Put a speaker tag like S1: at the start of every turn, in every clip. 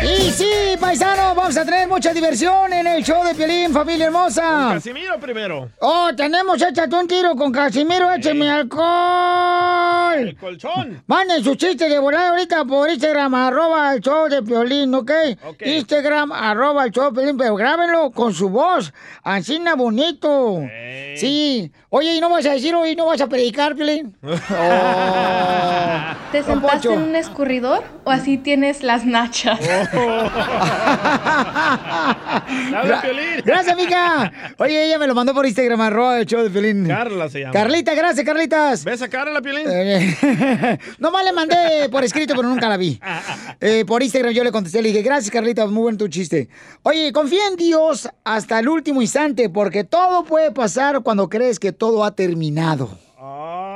S1: Y sí, paisano, vamos a tener mucha diversión en el show de Pielín, familia hermosa.
S2: Con Casimiro primero.
S1: Oh, tenemos, échate un tiro con Casimiro, écheme alcohol.
S2: El colchón.
S1: Manden sus chistes de volada ahorita por Instagram, arroba el show de Piolín, ¿ok?
S2: Ok.
S1: Instagram, arroba el show de Piolín, pero grábenlo con su voz, Ancina bonito. Sí. Oye, ¿y no vas a decir hoy, no vas a predicar, Piolín?
S3: ¿Te
S1: Don
S3: sentaste
S1: Poncho.
S3: en un escurridor o así tienes las nachas?
S1: Oh. Gra- Gracias, amiga. Oye, ella me lo mandó por Instagram, arroba el show de Piolín.
S2: Carla se llama.
S1: Carlita, gracias, Carlitas.
S2: ¿Ves a Carla, Piolín?
S1: no más le mandé por escrito, pero nunca la vi. Eh, por Instagram yo le contesté, le dije, gracias, Carlita, muy buen tu chiste. Oye, confía en Dios hasta el último instante, porque todo puede pasar cuando crees que todo ha terminado.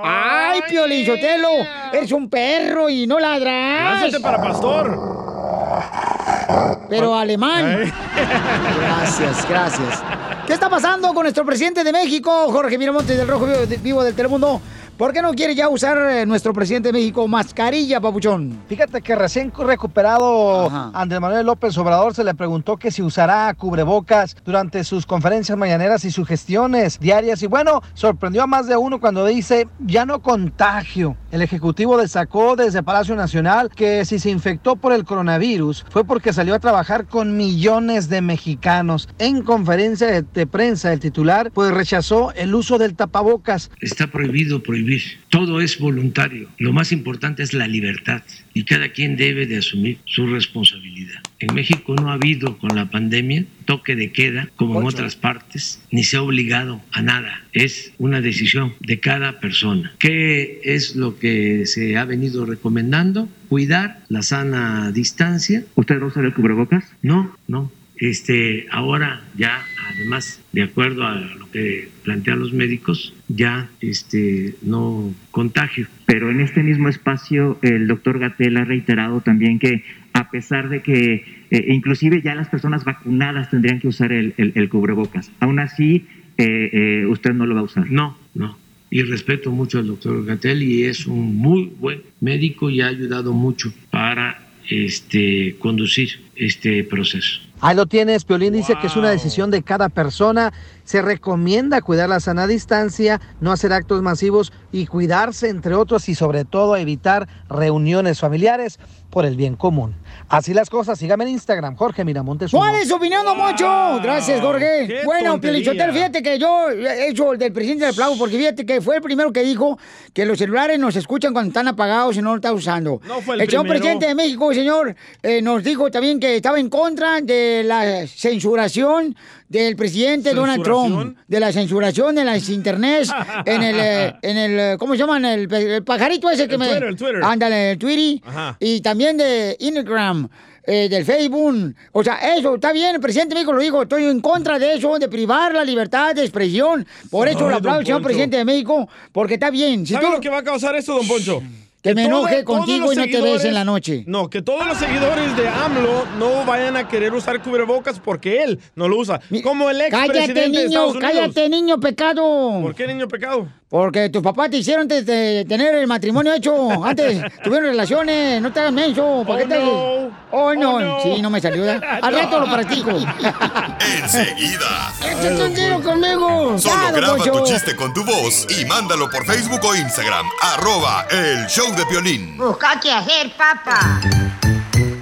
S1: ¡Ay, Piolín Sotelo! Eres un perro y no ladras.
S2: Lánzate para pastor.
S1: Pero alemán. Gracias, gracias. ¿Qué está pasando con nuestro presidente de México, Jorge Miramontes del Rojo Vivo, de- Vivo del Telemundo? ¿Por qué no quiere ya usar eh, nuestro presidente de México mascarilla, papuchón?
S4: Fíjate que recién recuperado Andrés Manuel López Obrador se le preguntó que si usará cubrebocas durante sus conferencias mañaneras y sus gestiones diarias. Y bueno, sorprendió a más de uno cuando dice, ya no contagio. El Ejecutivo destacó desde Palacio Nacional que si se infectó por el coronavirus fue porque salió a trabajar con millones de mexicanos. En conferencia de- de prensa, el titular pues rechazó el uso del tapabocas.
S5: Está prohibido prohibir. Todo es voluntario. Lo más importante es la libertad y cada quien debe de asumir su responsabilidad. En México no ha habido con la pandemia toque de queda como en otras partes, ni se ha obligado a nada. Es una decisión de cada persona. ¿Qué es lo que se ha venido recomendando? Cuidar la sana distancia. ¿Usted no usa el cubrebocas? No, no. Este, ahora ya, además, de acuerdo a lo que plantean los médicos, ya este, no contagio.
S6: Pero en este mismo espacio el doctor Gatel ha reiterado también que a pesar de que eh, inclusive ya las personas vacunadas tendrían que usar el, el- el cubrebocas, aún así eh, eh, usted no lo va a usar.
S5: No, no. Y respeto mucho al doctor Gatel y es un muy buen médico y ha ayudado mucho para este, conducir este proceso.
S4: Ahí lo tienes, Piolín dice que es una decisión de cada persona. Se recomienda cuidar la sana distancia, no hacer actos masivos y cuidarse entre otros y sobre todo evitar reuniones familiares por el bien común. Así las cosas, sígame en Instagram, Jorge Miramontes. uno.
S1: ¿Cuál es su opinión, don Mocho? Gracias, Jorge.
S4: qué
S1: Bueno,
S4: tontería.
S1: Pielichotero, fíjate que yo he hecho el del presidente del aplauso, porque fíjate que fue el primero que dijo que los celulares nos escuchan cuando están apagados y no lo está usando.
S2: No fue el
S1: señor
S2: primero.
S1: presidente de México, señor, eh, nos dijo también que estaba en contra de la censuración del presidente Donald Trump, de la censuración de las internets, en el, eh, en el, eh, ¿cómo se llaman? El, pe- el pajarito ese que
S2: El
S1: me...
S2: Twitter, el Twitter.
S1: Ándale, el eh, Twitter
S2: Ajá.
S1: y también de Instagram, eh, del Facebook. O sea, eso está bien, el presidente de México lo dijo, estoy en contra de eso, de privar la libertad de expresión. Por eso
S2: Ay,
S1: lo aplaudo
S2: don
S1: al señor
S2: Poncho.
S1: presidente de México, porque está bien. Si
S2: ¿Sabe
S1: tú-
S2: lo que va a causar esto, don Poncho?
S1: Que me
S2: todo-
S1: enoje
S2: todos
S1: contigo
S2: los
S1: y no te
S2: seguidores-
S1: bese en la noche.
S2: No, que todos los seguidores de AMLO no vayan a querer usar cubrebocas porque él no lo usa. Como el ex
S1: Cállate,
S2: presidente de Estados
S1: niño,
S2: Unidos.
S1: cállate, niño, pecado.
S2: ¿Por qué, niño pecado?
S1: Porque tus papás te hicieron antes de tener el matrimonio hecho. Antes tuvieron relaciones. No te hagas menso. ¿Para qué te haces? Oh, no. Sí, no me salió. ¿eh? Al rato lo practico.
S7: Enseguida.
S1: Échate un tiro conmigo. Ya,
S7: Solo
S1: don
S7: graba
S1: Poncho.
S7: tu chiste con tu voz y mándalo por Facebook o Instagram. Arroba el show de violín.
S1: Busca qué hacer, papá.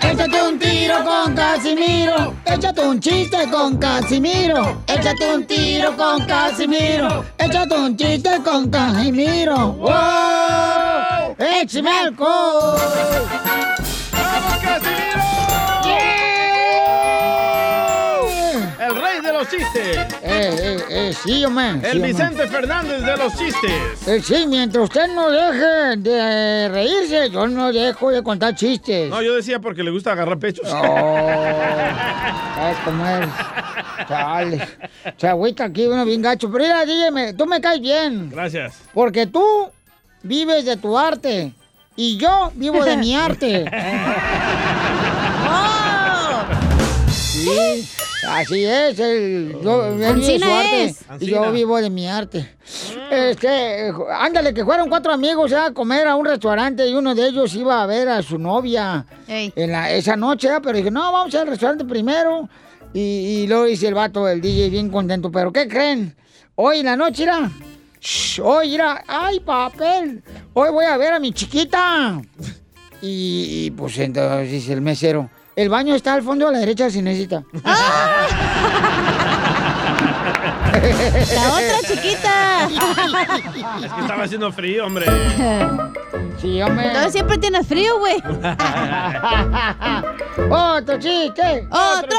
S1: Échate un tiro con Casimiro. Échate un chiste con Casimiro. Échate un tiro con Casimiro. Échate un chiste con Casimiro. ¡Wow! ¡Échame alcohol!
S2: ¡Vamos, Casimiro! El rey de los chistes.
S1: Eh, eh, eh, sí, hombre. sí,
S2: El
S1: hombre.
S2: Vicente Fernández de los chistes.
S1: Eh, sí, mientras usted no deje de reírse, yo no dejo de contar chistes.
S2: No, yo decía porque le gusta agarrar pechos.
S1: ¿Sabes cómo es? Chale. Se agüita aquí uno bien gacho. Pero mira, dígame, tú me caes bien.
S2: Gracias.
S1: Porque tú vives de tu arte. Y yo vivo de
S2: Ah,
S1: mi arte. ¡Oh! Sí. Así es, el- yo, él vive de su
S8: Ancina
S1: arte
S8: es.
S1: y yo
S8: Ancina.
S1: vivo de mi arte. Este, ándale, que fueron cuatro amigos ya a comer a un restaurante y uno de ellos iba a ver a su novia
S8: Ey.
S1: en la- esa noche, ¿ah? pero dije, no, vamos al restaurante primero. Y, y luego dice el vato, el DJ, bien contento, pero ¿qué creen? Hoy en la noche, mira, shh, hoy, mira, ay, papel, hoy voy a ver a mi chiquita. Y, y, pues entonces dice el mesero, el baño está al fondo a la derecha si necesita.
S8: Ah. La otra chiquita.
S2: Es que estaba haciendo frío, hombre.
S1: Sí, hombre.
S8: Entonces siempre tienes frío, güey.
S1: Otro chiste.
S8: Otro,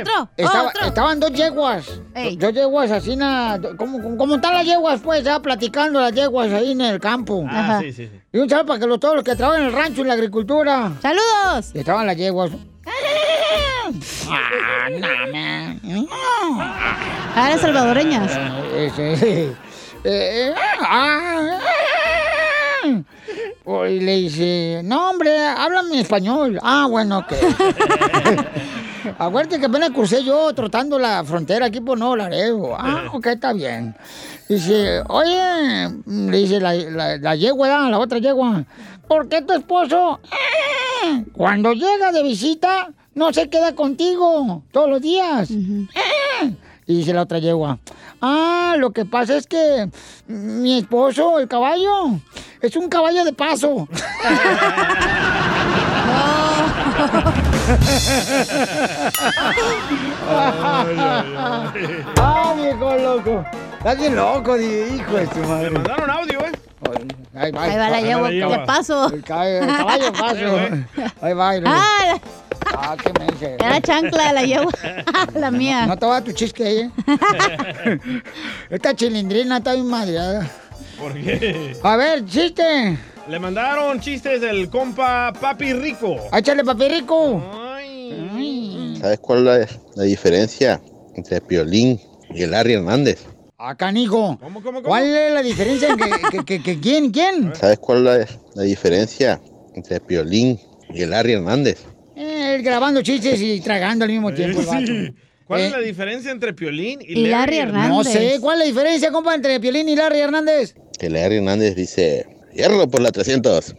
S8: otro,
S1: Estaba-
S8: otro.
S1: Estaban dos yeguas.
S8: Ey.
S1: Dos yeguas así, na- como, como están las yeguas, pues, ya platicando las yeguas ahí en el campo.
S2: Ah, sí, sí, sí.
S1: Y un saludo para que los, todos los que trabajan en el rancho, en la agricultura.
S8: ¡Saludos!
S1: Y estaban las yeguas. Ah, no, man.
S8: Ah, eran salvadoreñas.
S1: Eh, eh, eh, ah, ah. Oh, Y le dice, no, hombre, háblame español. Ah, bueno, ok. Acuérdate que apenas crucé yo trotando la frontera aquí por Nuevo Laredo. Ah, ok, está bien. Dice, oye, le dice la, la, la yegua, ah, la otra yegua, ¿por qué tu esposo eh, cuando llega de visita no se queda contigo todos los días? Eh, y dice la otra yegua, ah, lo que pasa es que mi esposo, el caballo, es un caballo de paso. ¡Ah, viejo loco! Estás bien loco, di- hijo de tu madre.
S2: Mandaron audio, ¿eh?
S1: Ahí va,
S8: Ahí va la yegua, ¿qué paso?
S1: El caballo, el caballo paso. Ahí va. luego.
S8: Ah,
S1: Ah, qué me dice.
S8: era chancla de la yegua. la mía.
S1: No te va tu chisque ahí, ¿eh? Esta chilindrina está bien madreada.
S2: ¿Por qué?
S1: A ver, chiste.
S2: Le mandaron chistes del compa Papi Rico.
S1: Échale papi rico.
S9: ¿Sabes cuál es la, la diferencia entre Piolín y el Larry Hernández?
S1: A canijo.
S2: Ah. ¿Cómo, cómo, cómo?
S1: ¿Cuál es la diferencia? en que- que- que- que- ¿Quién? ¿Quién?
S9: ¿Sabes cuál es la, la diferencia entre Piolín y el Larry Hernández?
S1: Eh, Él grabando chistes y tragando al mismo tiempo. el vato.
S2: Sí. ¿Cuál
S1: Eh.
S2: es la diferencia entre Piolín y,
S8: Y Larry Hernández.
S1: No sé, ¿cuál es la diferencia, compa, entre Piolín y Larry Hernández?
S9: Que el Larry Hernández dice, fierro por la 300.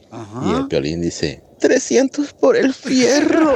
S9: Y el Piolín dice, 300 por el fierro.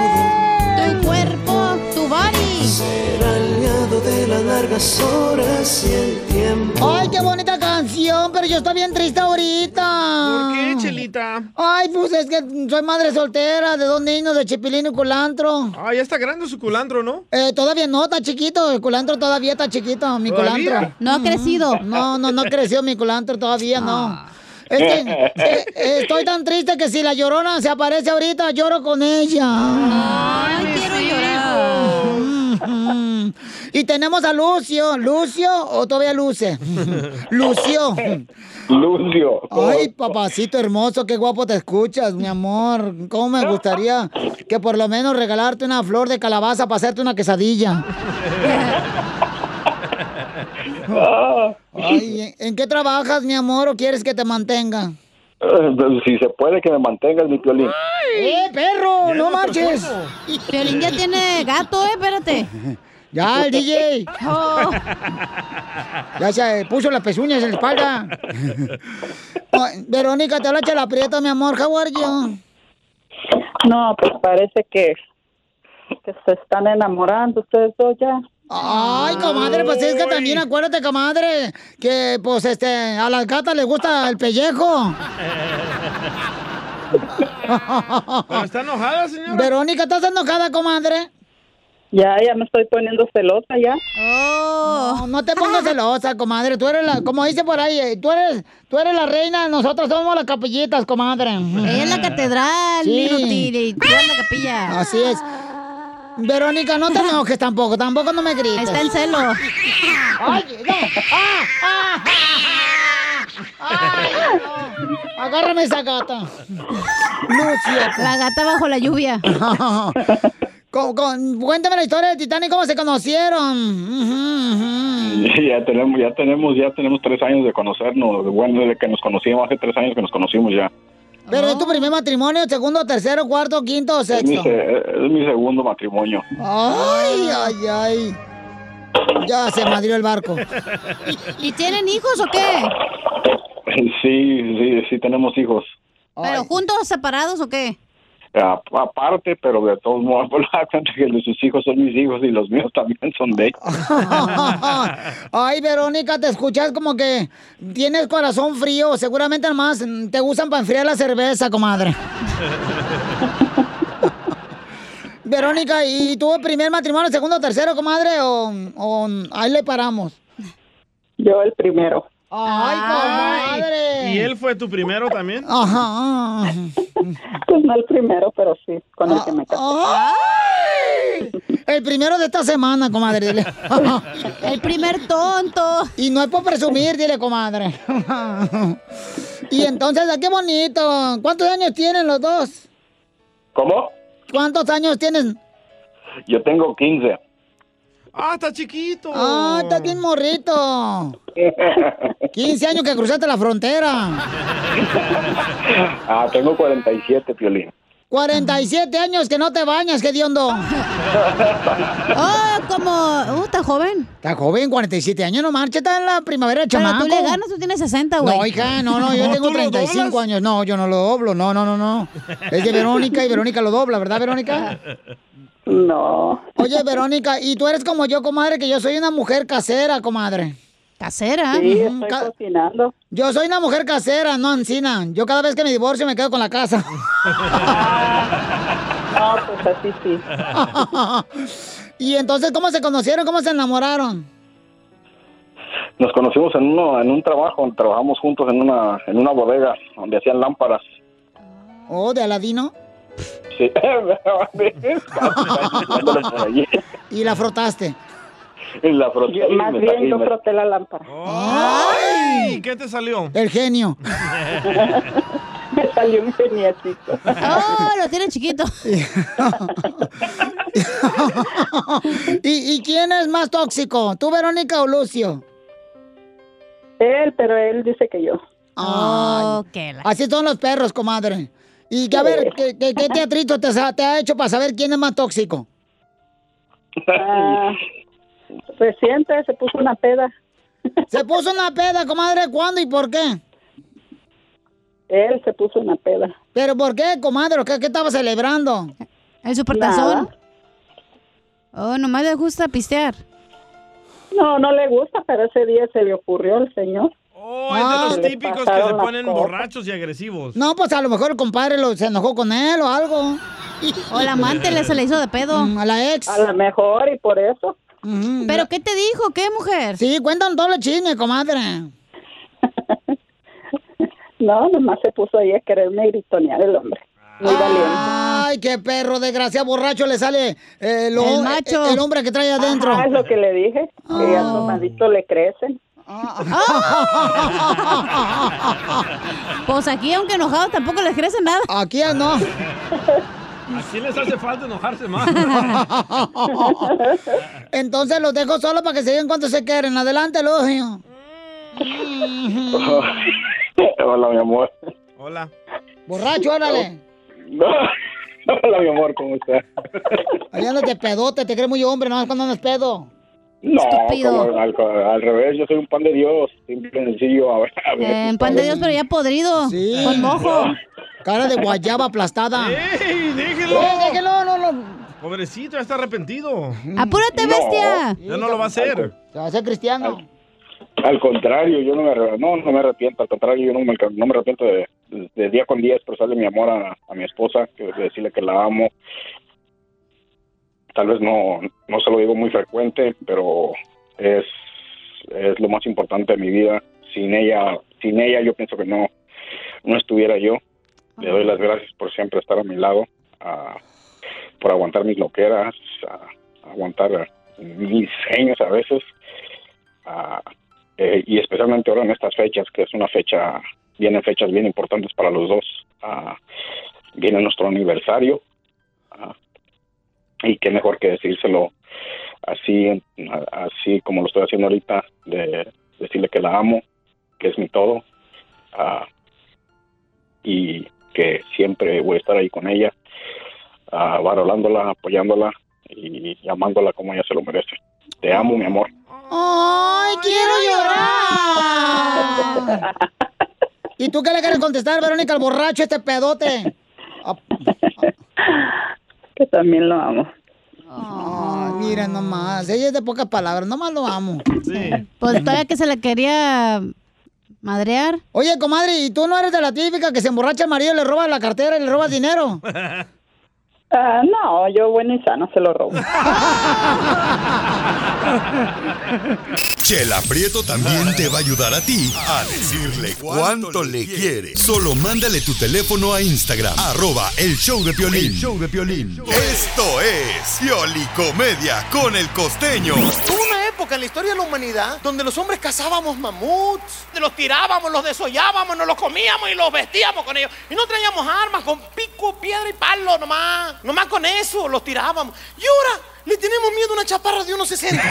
S8: Tu cuerpo, tu body.
S10: Ser aliado de las largas horas y el tiempo.
S1: Ay, qué bonita canción, pero yo estoy bien triste ahorita.
S2: ¿Por qué, Chelita?
S1: Ay, pues es que soy madre soltera, de dos niños, de Chipilín y Culantro.
S2: Ah, ya está grande su culantro, ¿no?
S1: Eh, todavía no, está chiquito, el culantro todavía está chiquito, mi
S2: ¿Todavía?
S1: culantro.
S8: No ha crecido.
S1: No, no, no creció mi culantro todavía, no. Es que, eh, eh, estoy tan triste que si la llorona se aparece ahorita, lloro con ella.
S8: Ay, quiero llorar.
S1: Mm. Y tenemos a Lucio. ¿Lucio o todavía luce? Lucio.
S11: Lucio.
S1: Ay, papacito hermoso, qué guapo te escuchas, mi amor. ¿Cómo me gustaría que por lo menos regalarte una flor de calabaza para hacerte una quesadilla?
S2: Oh.
S1: Ay, ¿en qué trabajas, mi amor, o quieres que te mantenga?
S11: pues, Si se puede que me mantengas, mi Piolín.
S1: ¡Eh, perro! ¡No marches!
S8: Piolín ya tiene gato, eh, espérate.
S1: Ya, el DJ.
S8: Oh,
S1: Ya se eh, puso las pezuñas en la espalda. Ay, Verónica, te la chela prieta, mi amor. How are you?
S12: No, pues parece que, que se están enamorando ustedes dos ya.
S1: Ay, comadre, pues es que también acuérdate, comadre, que pues este, a las gatas les gusta el pellejo.
S2: ¿Pero está enojada, señora?
S1: Verónica, ¿estás enojada, comadre?
S12: Ya, ya me estoy poniendo celosa ya.
S8: Oh.
S1: No, no te pongas celosa, comadre. Tú eres la, como dice por ahí, eh, tú eres, tú eres la reina, nosotros somos las capillitas, comadre.
S8: Ella es la catedral, inútil, y tú eres la capilla.
S1: Así es. Verónica, no te enojes tampoco, tampoco no me grites.
S8: Ahí está el celo.
S1: ¡Ay, no! ¡Ah, ah, ah! ¡Ay, no! Agárrame esa gata. No, cierto.
S8: La gata bajo la lluvia.
S1: Co- con- cuéntame la historia de Titanic, cómo se conocieron. Ujú, ujú.
S11: Ya tenemos, ya tenemos, ya tenemos tres años de conocernos. Bueno, desde que nos conocimos, hace tres años que nos conocimos ya.
S1: Pero
S8: Oh.
S1: es tu primer matrimonio, segundo, tercero, cuarto, quinto o
S11: Es mi,
S1: sexto.
S11: se- es mi segundo matrimonio.
S1: Ay, ay, ay. Ya se madrió el barco.
S8: ¿Y tienen hijos o qué?
S11: Sí, sí, sí tenemos hijos.
S8: ¿Pero juntos o separados o qué?
S11: A- Aparte, pero de todos modos, por la cuenta que sus hijos son mis hijos y los míos también son de ellos.
S1: Ay, Verónica, te escuchas como que tienes corazón frío. Seguramente nomás mm, te usan para enfriar la cerveza, comadre. Verónica, ¿y tu primer matrimonio, segundo, tercero, comadre? ¿O, o ahí le paramos?
S12: Yo el primero.
S1: Ay, comadre.
S2: ¿Y él fue tu primero también?
S1: Ah. Ajá.
S12: Pues no el primero, pero sí, con el que me casé.
S1: ¡Ay! El primero de esta semana, comadre. dile. El primer tonto. Y no es por presumir, dile, comadre. Y entonces, ah, qué bonito. ¿Cuántos años tienen los dos?
S11: ¿Cómo?
S1: ¿Cuántos años tienen?
S11: Yo tengo 15.
S2: Ah, está chiquito.
S1: Ah, está bien morrito. 15 años que cruzaste la frontera.
S11: Ah, tengo 47, Piolín.
S1: 47 años que no te bañas, qué diondo. Oh, como. Uh, está joven. Está joven, 47 años, no marcha, está en la primavera,
S8: Pero
S1: chamaco.
S8: tú le ganas, tú tienes 60, güey.
S1: No, hija, no, no, yo tengo 35 años. No, yo no lo doblo, no, no, no, no. Es de Verónica y Verónica lo dobla, ¿verdad, Verónica?
S12: No.
S1: Oye, Verónica, y tú eres como yo, comadre, que yo soy una mujer casera, comadre. ¿Casera?
S12: Sí, estoy
S1: cocinando. Yo soy una mujer casera, no ancina. Yo cada vez que me divorcio me quedo con la casa.
S12: No, pues así sí.
S1: y entonces, ¿cómo se conocieron? ¿Cómo se enamoraron?
S11: Nos conocimos en, uno, en un trabajo, trabajamos juntos en una, en una bodega donde hacían lámparas.
S1: Oh, de Aladino.
S11: Sí. Dándole por allí.
S1: Y la frotaste.
S11: Y la froté y me saqué y me-
S1: la lámpara.
S2: ¡Ay! ¿Qué te salió?
S1: El genio.
S12: Me salió un geniecito.
S8: Oh, lo tiene chiquito.
S1: ¿Y, y quién es más tóxico? ¿Tú, Verónica o Lucio?
S12: Él, pero él dice que yo.
S1: Ay, Así son los perros, comadre. Y que a ver, ¿qué, qué- qué teatrito te, sa- te ha hecho para saber quién es más tóxico?
S12: Ah, reciente se puso una peda.
S1: ¿Se puso una peda, comadre? ¿Cuándo y por qué?
S12: Él se puso una peda.
S1: ¿Pero por qué, comadre? ¿Qué, qué estaba celebrando?
S8: El supertazón. Oh, nomás le gusta pistear.
S12: No, no le gusta, pero ese día se le ocurrió al señor.
S2: Oh, es de
S1: Ah.
S2: los
S12: Le
S2: típicos que se
S12: pasaron las
S2: ponen
S12: cosas.
S2: borrachos y agresivos.
S1: No, pues a lo mejor el compadre lo- se enojó con él o algo. Mm,
S8: O la amante le se le hizo de pedo.
S1: A la ex. Mm.
S12: A lo mejor y por eso.
S8: ¿Pero qué te dijo? ¿Qué, mujer?
S1: Sí, cuentan todo el chisme, comadre.
S12: No, nomás se puso ahí a quererme gritonear el hombre. Muy valiente.
S1: Ay, qué perro, desgraciado borracho le sale eh, lo-
S12: El macho.
S1: el hombre que trae adentro. Ah.
S12: Ajá, es lo que le dije. Que a los malditos le crecen.
S8: Pues aquí, aunque enojado, tampoco les crece nada. Eh,
S1: Aquí ya no.
S2: Aquí les hace falta enojarse más.
S1: Entonces los dejo solo para que se digan cuánto se quieren. Adelante, elogio.
S11: Hola, mi amor.
S2: Hola.
S1: Borracho, órale.
S11: Hola, mi amor, ¿cómo estás?
S1: Hablándote pedote, te crees muy hombre, no cuando andas pedo.
S11: No,
S1: Estúpido.
S11: como al, al revés, yo soy un pan de Dios, simple y sencillo. A ver, a ver.
S8: Eh, en pan de Dios, pero ya podrido.
S1: Sí.
S8: Con mojo.
S1: Cara de guayaba aplastada.
S2: ¡Ey, déjelo!
S1: Eh, déjelo, no, no.
S2: Pobrecito, ya está arrepentido.
S8: ¡Apúrate, bestia!
S2: Ya no lo va a hacer.
S1: Se va a hacer cristiano.
S11: Al contrario, yo no me, arre- no, no me arrepiento, al contrario, yo no me, no me arrepiento de, de día con día expresarle mi amor a, a mi esposa, que, de decirle que la amo. tal vez no, no se lo digo muy frecuente, pero es, es lo más importante de mi vida. Sin ella, sin ella yo pienso que no, no estuviera yo. Le doy las gracias por siempre estar a mi lado, ah, por aguantar mis loqueras, ah, aguantar mis sueños a veces. ah, eh, y especialmente ahora en estas fechas, que es una fecha, vienen fechas bien importantes para los dos. Ah, viene nuestro aniversario ah, y qué mejor que decírselo así, a- así como lo estoy haciendo ahorita, de decirle que la amo, que es mi todo ah, y que siempre voy a estar ahí con ella, ah, valorándola, apoyándola y amándola como ella se lo merece. Te amo, mi amor.
S1: ¡Ay, quiero llorar! ¿Y tú qué le quieres contestar, Verónica, al borracho, este pedote?
S12: Que también lo amo.
S1: Ay, Ah, mira nomás, ella es de pocas palabras, nomás lo amo. Sí.
S8: Pues todavía que se le quería madrear.
S1: Oye, comadre, ¿y tú no eres de la típica que se emborracha el marido, le roba la cartera y le roba dinero?
S12: Ah, no, yo bueno y sano se lo robo.
S7: Chela Prieto también te va a ayudar a ti a decirle cuánto le quiere. Solo mándale tu teléfono a Instagram, arroba el show de Piolín.
S13: El
S7: Esto es Pioli Comedia con el costeño.
S14: Hubo una época en la historia de la humanidad donde los hombres cazábamos mamuts, los tirábamos, los desollábamos, nos los comíamos y los vestíamos con ellos. Y no traíamos armas, con pico, piedra y palo nomás. Nomás con eso los tirábamos. Y ahora le tenemos miedo a una chaparra de unos 60.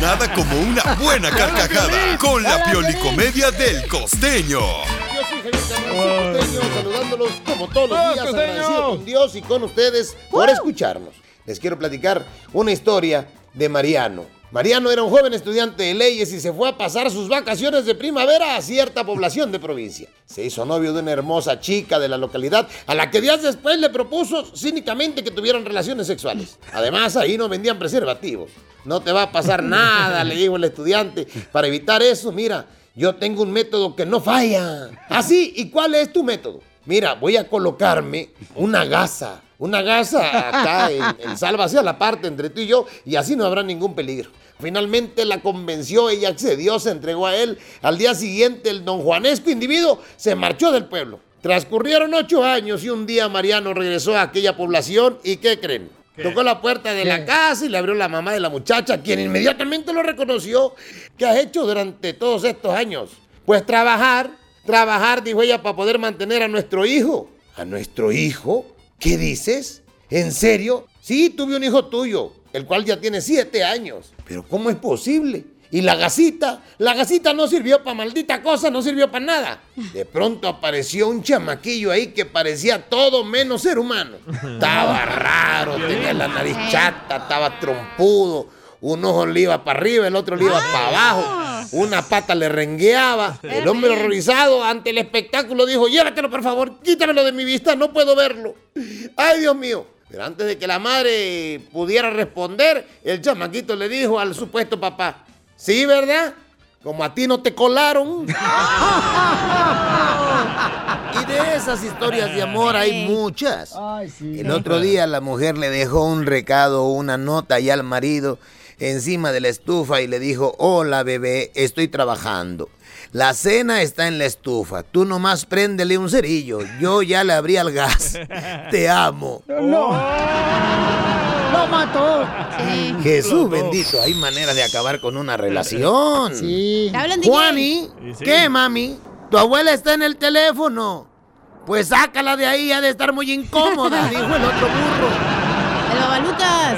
S7: Nada como una buena carcajada con la Pioli Comedia del costeño.
S15: Yo soy Javier Carranza, costeño, saludándolos como todos los
S2: ¡Ah,
S15: días,
S2: costeño!
S15: agradecido con Dios y con ustedes por escucharnos. Les quiero platicar una historia de Mariano. Mariano era un joven estudiante de leyes y se fue a pasar sus vacaciones de primavera a cierta población de provincia. Se hizo novio de una hermosa chica de la localidad a la que días después le propuso cínicamente que tuvieran relaciones sexuales. Además, ahí no vendían preservativos. No te va a pasar nada, le dijo el estudiante. Para evitar eso, mira, yo tengo un método que no falla. Así, ¿y cuál es tu método? Mira, voy a colocarme una gasa. Una gasa acá en, en salva hacia la parte entre tú y yo y así no habrá ningún peligro. Finalmente la convenció, ella accedió, se entregó a él. Al día siguiente el don Juanesco individuo se marchó del pueblo. Transcurrieron ocho años y un día Mariano regresó a aquella población y ¿qué creen? Tocó la puerta de la casa y le abrió la mamá de la muchacha, quien inmediatamente lo reconoció. ¿Qué has hecho durante todos estos años? Pues trabajar, trabajar, dijo ella, para poder mantener a nuestro hijo. ¿A nuestro hijo? ¿Qué dices? ¿En serio? Sí, tuve un hijo tuyo, el cual ya tiene siete años. Pero ¿cómo es posible? Y la gasita, la gasita no sirvió para maldita cosa, no sirvió para nada. De pronto apareció un chamaquillo ahí que parecía todo menos ser humano. Estaba raro, tenía la nariz chata, estaba trompudo, un ojo le iba para arriba, el otro le iba para abajo, una pata le rengueaba. El hombre horrorizado ante el espectáculo dijo, llévatelo por favor, quítamelo de mi vista, no puedo verlo. Ay, Dios mío. Pero antes de que la madre pudiera responder, el chamaquito le dijo al supuesto papá, sí, ¿verdad? Como a ti no te colaron. Y de esas historias de amor hay muchas. El otro día la mujer le dejó un recado, una nota y al marido encima de la estufa y le dijo, hola bebé, estoy trabajando. La cena está en la estufa, tú nomás préndele un cerillo, yo ya le abrí al gas. Te amo.
S1: No. Lo mató.
S15: Jesús bendito, hay manera de acabar con una relación.
S1: Sí.
S8: Te hablan, DJ.
S15: Juani,
S8: Sí.
S15: ¿qué mami? Tu abuela está en el teléfono. Pues sácala de ahí, ha de estar muy incómoda, dijo el otro burro.
S8: El babalucas.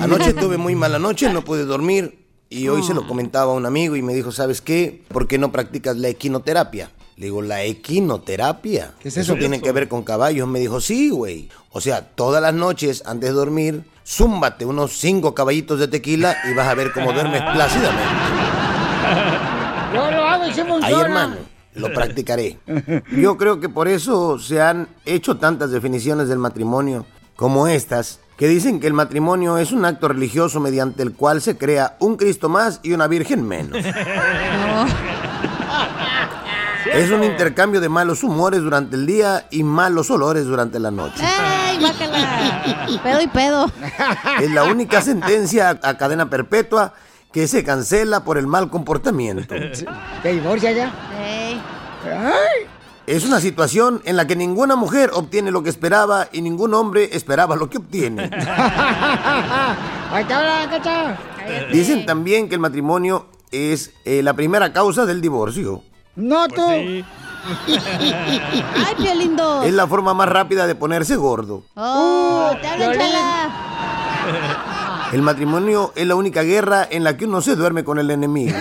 S15: Anoche tuve muy mala noche, no pude dormir. Y hoy se lo comentaba a un amigo y me dijo, ¿sabes qué? ¿Por qué no practicas la equinoterapia? Le digo, ¿la equinoterapia? ¿Qué es eso? tiene que ver con caballos. Me dijo, sí, güey. O sea, todas las noches, antes de dormir, zúmbate unos cinco caballitos de tequila y vas a ver cómo duermes plácidamente.
S1: Yo lo hago y sí funciona.
S15: Ahí, hermano, lo practicaré. Yo creo que por eso se han hecho tantas definiciones del matrimonio como estas, que dicen que el matrimonio es un acto religioso mediante el cual se crea un Cristo más y una Virgen menos. Es un intercambio de malos humores durante el día y malos olores durante la noche.
S8: ¡Ey, guácala. Pedo y pedo.
S15: Es la única sentencia a cadena perpetua que se cancela por el mal comportamiento.
S1: ¿Te divorcia ya? Ay.
S15: Es una situación en la que ninguna mujer obtiene lo que esperaba y ningún hombre esperaba lo que obtiene.
S1: Ah, Ahí te habla, cacha.
S15: Dicen también que el matrimonio es eh, la primera causa del divorcio.
S1: No
S2: Pues
S1: tú.
S8: Ay, qué lindo.
S15: Es la forma más rápida de ponerse gordo.
S8: Oh, te hablan,
S1: Piolín.
S8: chala.
S15: El matrimonio es la única guerra en la que uno se duerme con el enemigo.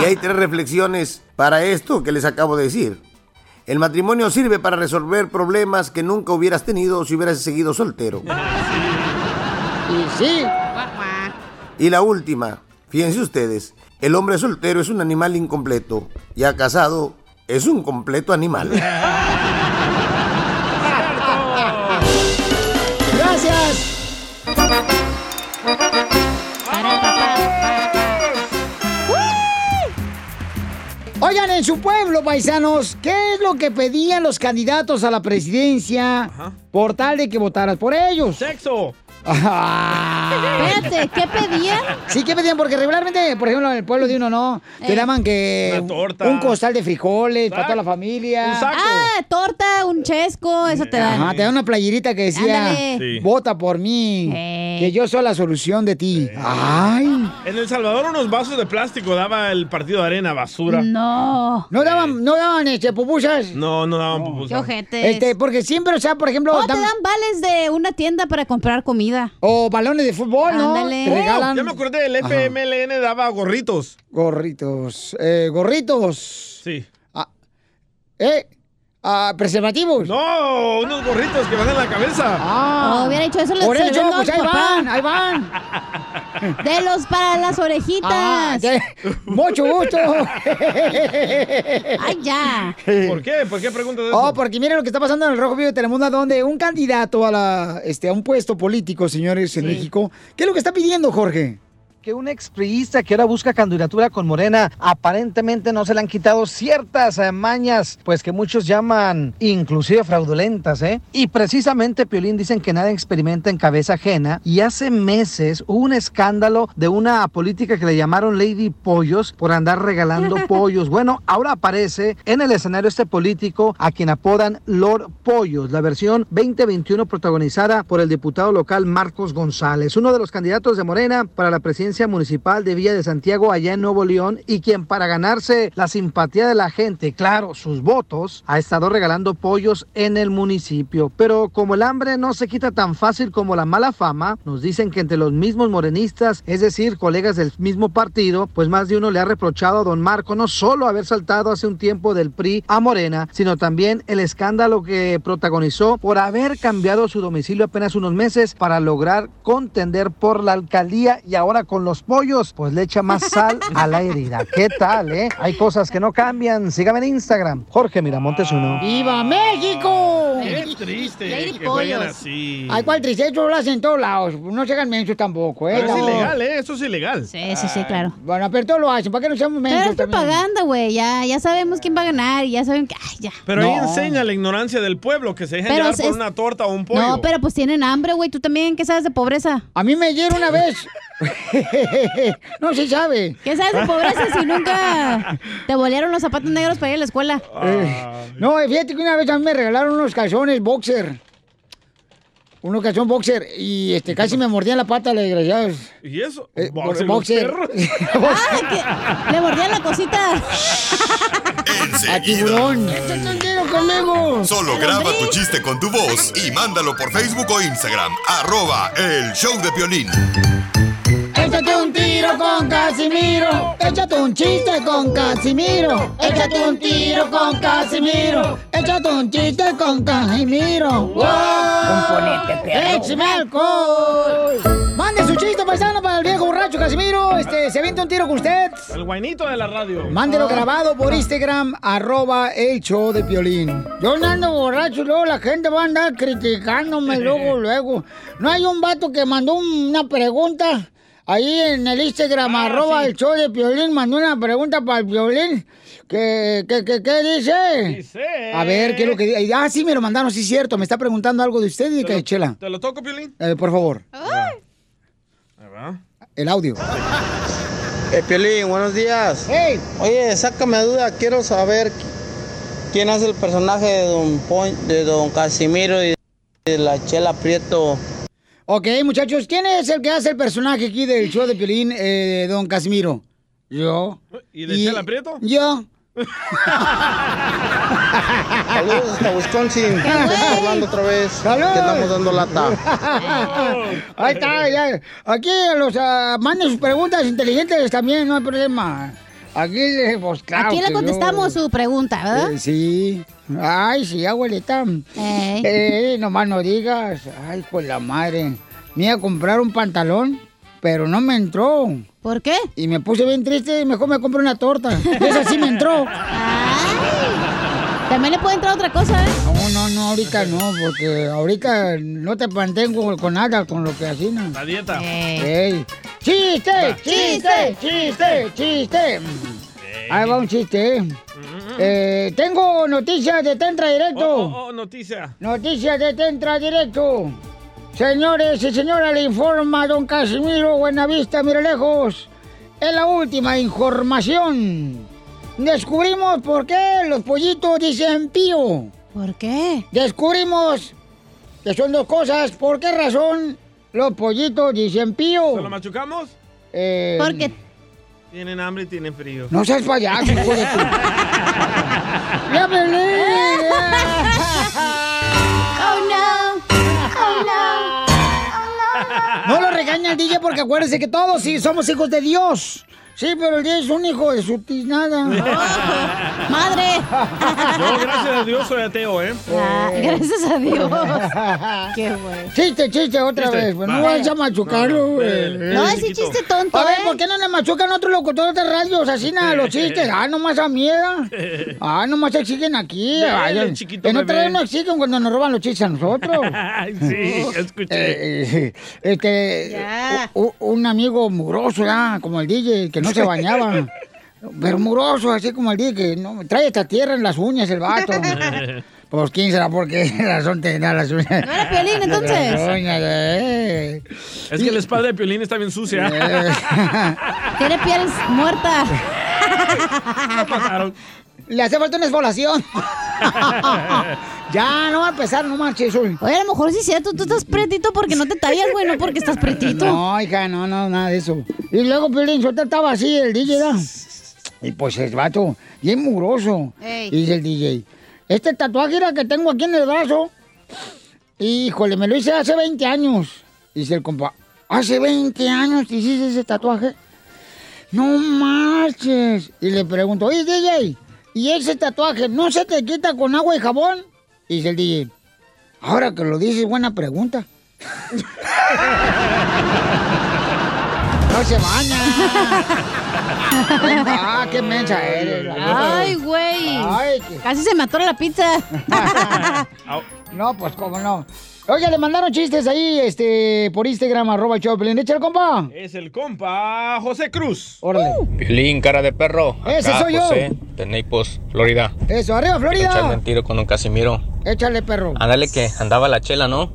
S15: Y hay tres reflexiones para esto que les acabo de decir. El matrimonio sirve para resolver problemas que nunca hubieras tenido si hubieras seguido soltero.
S1: Y sí.
S15: Y la última, fíjense ustedes, el hombre soltero es un animal incompleto, ya casado es un completo animal.
S1: Gracias. Oigan, en su pueblo, paisanos, ¿qué es lo que pedían los candidatos a la presidencia por tal de que votaras por ellos?
S2: Sexo.
S1: Espérate,
S8: ¿qué pedían?
S1: Sí, ¿qué pedían? Porque regularmente, por ejemplo, en el pueblo de uno no, te
S8: Eh.
S1: daban que
S2: Una torta.
S1: un costal de frijoles para toda la familia.
S8: Ah, torta, un chesco, eso te dan.
S1: Ajá, te da una playerita que decía,
S8: Ándale. Eh. Sí.
S1: vota por mí, que yo soy la solución de ti.
S2: Eh.
S1: Ay.
S2: En El Salvador unos vasos de plástico daba el partido de arena basura.
S8: No.
S1: No
S2: Eh.
S1: daban, no daban este, pupusas.
S2: No, no daban pupusas.
S8: Qué ojetes.
S1: Este, porque siempre, o sea, por ejemplo...
S8: O te dan vales de una tienda para comprar comida.
S1: O balones de fútbol, ¿no?
S8: Ándale.
S1: Te regalan-
S2: Ya me acordé, el
S1: Ajá.
S2: FMLN daba Ah, gorritos.
S1: Gorritos. Eh, gorritos. Ah,
S2: Sí.
S1: ¿Eh? Ah, ¿Preservativos?
S2: No, unos gorritos que van en la cabeza.
S1: Ah.
S8: Oh, hubiera hecho eso, le
S1: Por
S8: se le
S1: eso,
S8: hubiera dado
S1: pues
S8: a
S1: ahí
S8: tu papá.
S1: van, ahí van.
S8: De los para las orejitas.
S1: Ah, de- Mucho gusto.
S8: Ay, ya.
S2: ¿Por qué? ¿Por qué preguntas eso?
S1: Oh, porque miren lo que está pasando en el Rojo Vivo de Telemundo, donde un candidato a, la, este, a un puesto político, señores, en México, ¿qué es lo que está pidiendo, Jorge?
S4: que un expriista que ahora busca candidatura con Morena, aparentemente no se le han quitado ciertas eh, mañas, pues que muchos llaman inclusive fraudulentas, ¿eh? Y precisamente, Piolín, dicen que nadie experimenta en cabeza ajena y hace meses hubo un escándalo de una política que le llamaron Lady Pollos por andar regalando pollos. Bueno, ahora aparece en el escenario este político a quien apodan Lord Pollos, la versión 2021 protagonizada por el diputado local Marcos González, uno de los candidatos de Morena para la presidencia municipal de Villa de Santiago allá en Nuevo León y quien para ganarse la simpatía de la gente, claro, sus votos, ha estado regalando pollos en el municipio. Pero como el hambre no se quita tan fácil como la mala fama, nos dicen que entre los mismos morenistas, es decir, colegas del mismo partido, pues más de uno le ha reprochado a don Marco no solo haber saltado hace un tiempo del PRI a Morena, sino también el escándalo que protagonizó por haber cambiado su domicilio apenas unos meses para lograr contender por la alcaldía y ahora con los pollos, pues le echa más sal a la herida. ¿Qué tal, eh? Hay cosas que no cambian. Sígame en Instagram, Jorge Miramontes uno.
S1: ¡Viva México!
S2: Ah. Qué triste
S1: Lady
S2: que juegan
S1: Pollos.
S2: así.
S1: Ay, cuál tristeza, eso lo hacen en todos lados. No se hagan mensos tampoco, ¿eh?
S2: Pero es
S1: No. Ah.
S2: ilegal, ¿eh? Eso es ilegal.
S8: Sí, sí, sí, claro.
S1: Bueno, pero todos lo hacen, ¿para qué no seamos mensos
S8: Pero es
S1: también?
S8: propaganda, güey. Ya, ya sabemos quién va a ganar y ya saben que. Ay,
S1: Ah,
S8: ya.
S2: Pero ahí
S8: No.
S2: enseña la ignorancia del pueblo, que se dejen
S8: Pero
S2: llevar por
S8: es-
S2: una torta o un pollo.
S8: No, pero pues tienen hambre, güey. Tú también, ¿qué sabes de pobreza?
S1: A mí me dieron una vez. no se sabe.
S8: ¿Qué sabes de pobreza si nunca te bolearon los zapatos negros para ir a la escuela?
S1: Eh, no, fíjate que una vez a mí me regalaron unos calzones boxer. Unos calzones boxer. Y este, casi me mordían la pata, los desgraciados.
S2: ¿Y eso?
S1: Eh,
S2: Boxer,
S1: boxer.
S2: los perros.
S8: Ah, Le mordían la cosita.
S1: A tiburón. conmigo!
S7: Solo graba tu chiste con tu voz y mándalo por Facebook o Instagram. Arroba el show de Piolín.
S1: Échate un tiro con Casimiro. Échate un chiste con Casimiro. Échate un tiro con Casimiro. Échate un chiste con Casimiro. ¡Wow!
S10: Componente, perro.
S1: ¡Échame alcohol! Mande su chiste paisano para el viejo borracho Casimiro. Este, se avienta un tiro con usted.
S2: El guainito de la radio. Ah.
S1: Mándelo grabado por Instagram, arroba el show de Piolín. Yo no ando borracho, luego la gente va a andar criticándome luego, luego. No hay un vato que mandó una pregunta Ahí en el Instagram, arroba el show de Piolín, mandó una pregunta para el Piolín. ¿Qué, qué, qué, qué dice?
S2: Dice.
S1: A ver, ¿qué es lo que dice? Ah, sí, me lo mandaron, sí, cierto. Me está preguntando algo de usted y de Cachela.
S2: ¿Te lo toco, Piolín?
S1: Eh, por favor, el audio.
S13: Eh, Piolín, buenos días. Oye, sácame de duda, quiero saber quién hace el personaje de Don, Pon- de don Casimiro y de la Chela Prieto.
S1: Ok, muchachos, ¿quién es el que hace el personaje aquí del show de Piolín, eh, don Casimiro? Yo.
S2: ¿Y de Chela Prieto?
S1: Yo.
S13: Saludos hasta Wisconsin. Ya estamos hablando otra vez. Que andamos dando lata.
S1: Ahí está, ya. Aquí los ah, manden sus preguntas inteligentes también, no hay problema. Aquí le pues, claro
S8: Aquí
S1: que
S8: le
S1: yo-
S8: contestamos su pregunta, ¿verdad?
S1: Eh, sí. Ay, sí, abuelita.
S8: Ey.
S1: Eh, nomás no digas. Ay, por la madre. Me iba a comprar un pantalón, pero no me entró.
S8: ¿Por qué?
S1: Y me puse bien triste y mejor me compré una torta. Y esa sí me entró.
S8: También le puede entrar otra cosa, ¿eh?
S1: No, no, no, ahorita no, porque ahorita no te mantengo con nada, con lo que así, ¿no?
S2: La dieta.
S8: Eh.
S1: Ey. ¡Chiste! ¡Chiste! ¡Chiste! ¡Chiste! Ahí va un chiste,
S2: Mm,
S1: ¿eh? Eh, tengo noticias de Tentra Directo.
S2: Oh, oh, oh, noticia.
S1: Noticias de Tentra Directo. Señores y señoras, le informa don Casimiro Buenavista Miralejos. Es la última información. Descubrimos por qué los pollitos dicen pío.
S8: ¿Por qué?
S1: Descubrimos que son dos cosas. ¿Por qué razón los pollitos dicen pío?
S2: ¿Se lo machucamos?
S1: Eh,
S2: Tienen hambre y tienen frío.
S1: No seas payaso, hijo de tu- ¡Ya,
S8: ¡Oh, no! ¡Oh, no!
S1: No lo regaña el DJ porque acuérdense que todos sí somos hijos de Dios. Sí, pero el DJ es un hijo de su tiznada.
S8: ¡Madre!
S2: Yo, gracias a Dios, soy ateo, ¿eh?
S1: Oh.
S8: Ah, gracias a Dios.
S1: Qué bueno. Chiste, chiste, otra
S2: Chiste,
S1: vez. Pues no
S2: va.
S1: vayas a machucarlo, güey. Eh,
S2: eh,
S8: No, ese chiste tonto,
S1: A ver,
S8: ¿eh?
S1: ¿por qué no le machucan a otros locutores de radio? Así nada, los chistes. Ah, nomás a mierda. Ah, nomás exigen aquí.
S2: Dale,
S1: Ay, en-
S2: chiquito
S1: en otra
S2: bebé.
S1: radio no exigen cuando nos roban los chistes a nosotros.
S2: Ay, sí, ya escuché.
S1: Eh, este, u- u- un amigo mugroso, ¿verdad? como el DJ, que no se bañaba. Pero mugroso, así como el DJ, que no, trae esta tierra en las uñas el vato. Pues quién será por qué razón tendrá las uñas. No
S8: era Piolín, entonces.
S1: eh.
S2: Es que la espada de Piolín está bien sucia.
S8: Tiene piel muerta.
S1: Le hace falta una esfolación. Oh, ya, no va a empezar, no marches. Oye,
S8: a lo mejor sí es cierto, tú estás pretito porque no te tallas, güey, no porque estás pretito.
S1: No, hija, no, no, nada de eso. Y luego Piolín Sotelo estaba así, el DJ, ¿verdad? Y pues el vato, bien mugroso.
S10: Ey.
S1: Y dice el DJ, este tatuaje era que tengo aquí en el brazo, híjole, me lo hice hace 20 años. Dice el compa, ¿hace 20 años te hiciste ese tatuaje? No marches. Y le pregunto, oye, DJ, ¿y ese tatuaje no se te quita con agua y jabón? Dice el DJ, ahora que lo dices, buena pregunta. No se baña. ah, qué mensa eres. la neta.
S8: Ay, güey.
S1: Ay,
S8: Casi se me atora la pizza.
S1: No, pues cómo no. Oiga, le mandaron chistes ahí, este, por Instagram, arroba el Choplin. Échale, compa.
S2: Es el compa José Cruz. Uh.
S1: Órale.
S16: Piolín, cara de perro.
S1: Ese soy yo.
S16: José, de Naples, Florida.
S1: Eso, arriba,
S16: Quiero echarme
S1: Florida.
S16: un tiro con un Casimiro.
S1: Échale, perro.
S16: Ándale que andaba la chela, ¿no?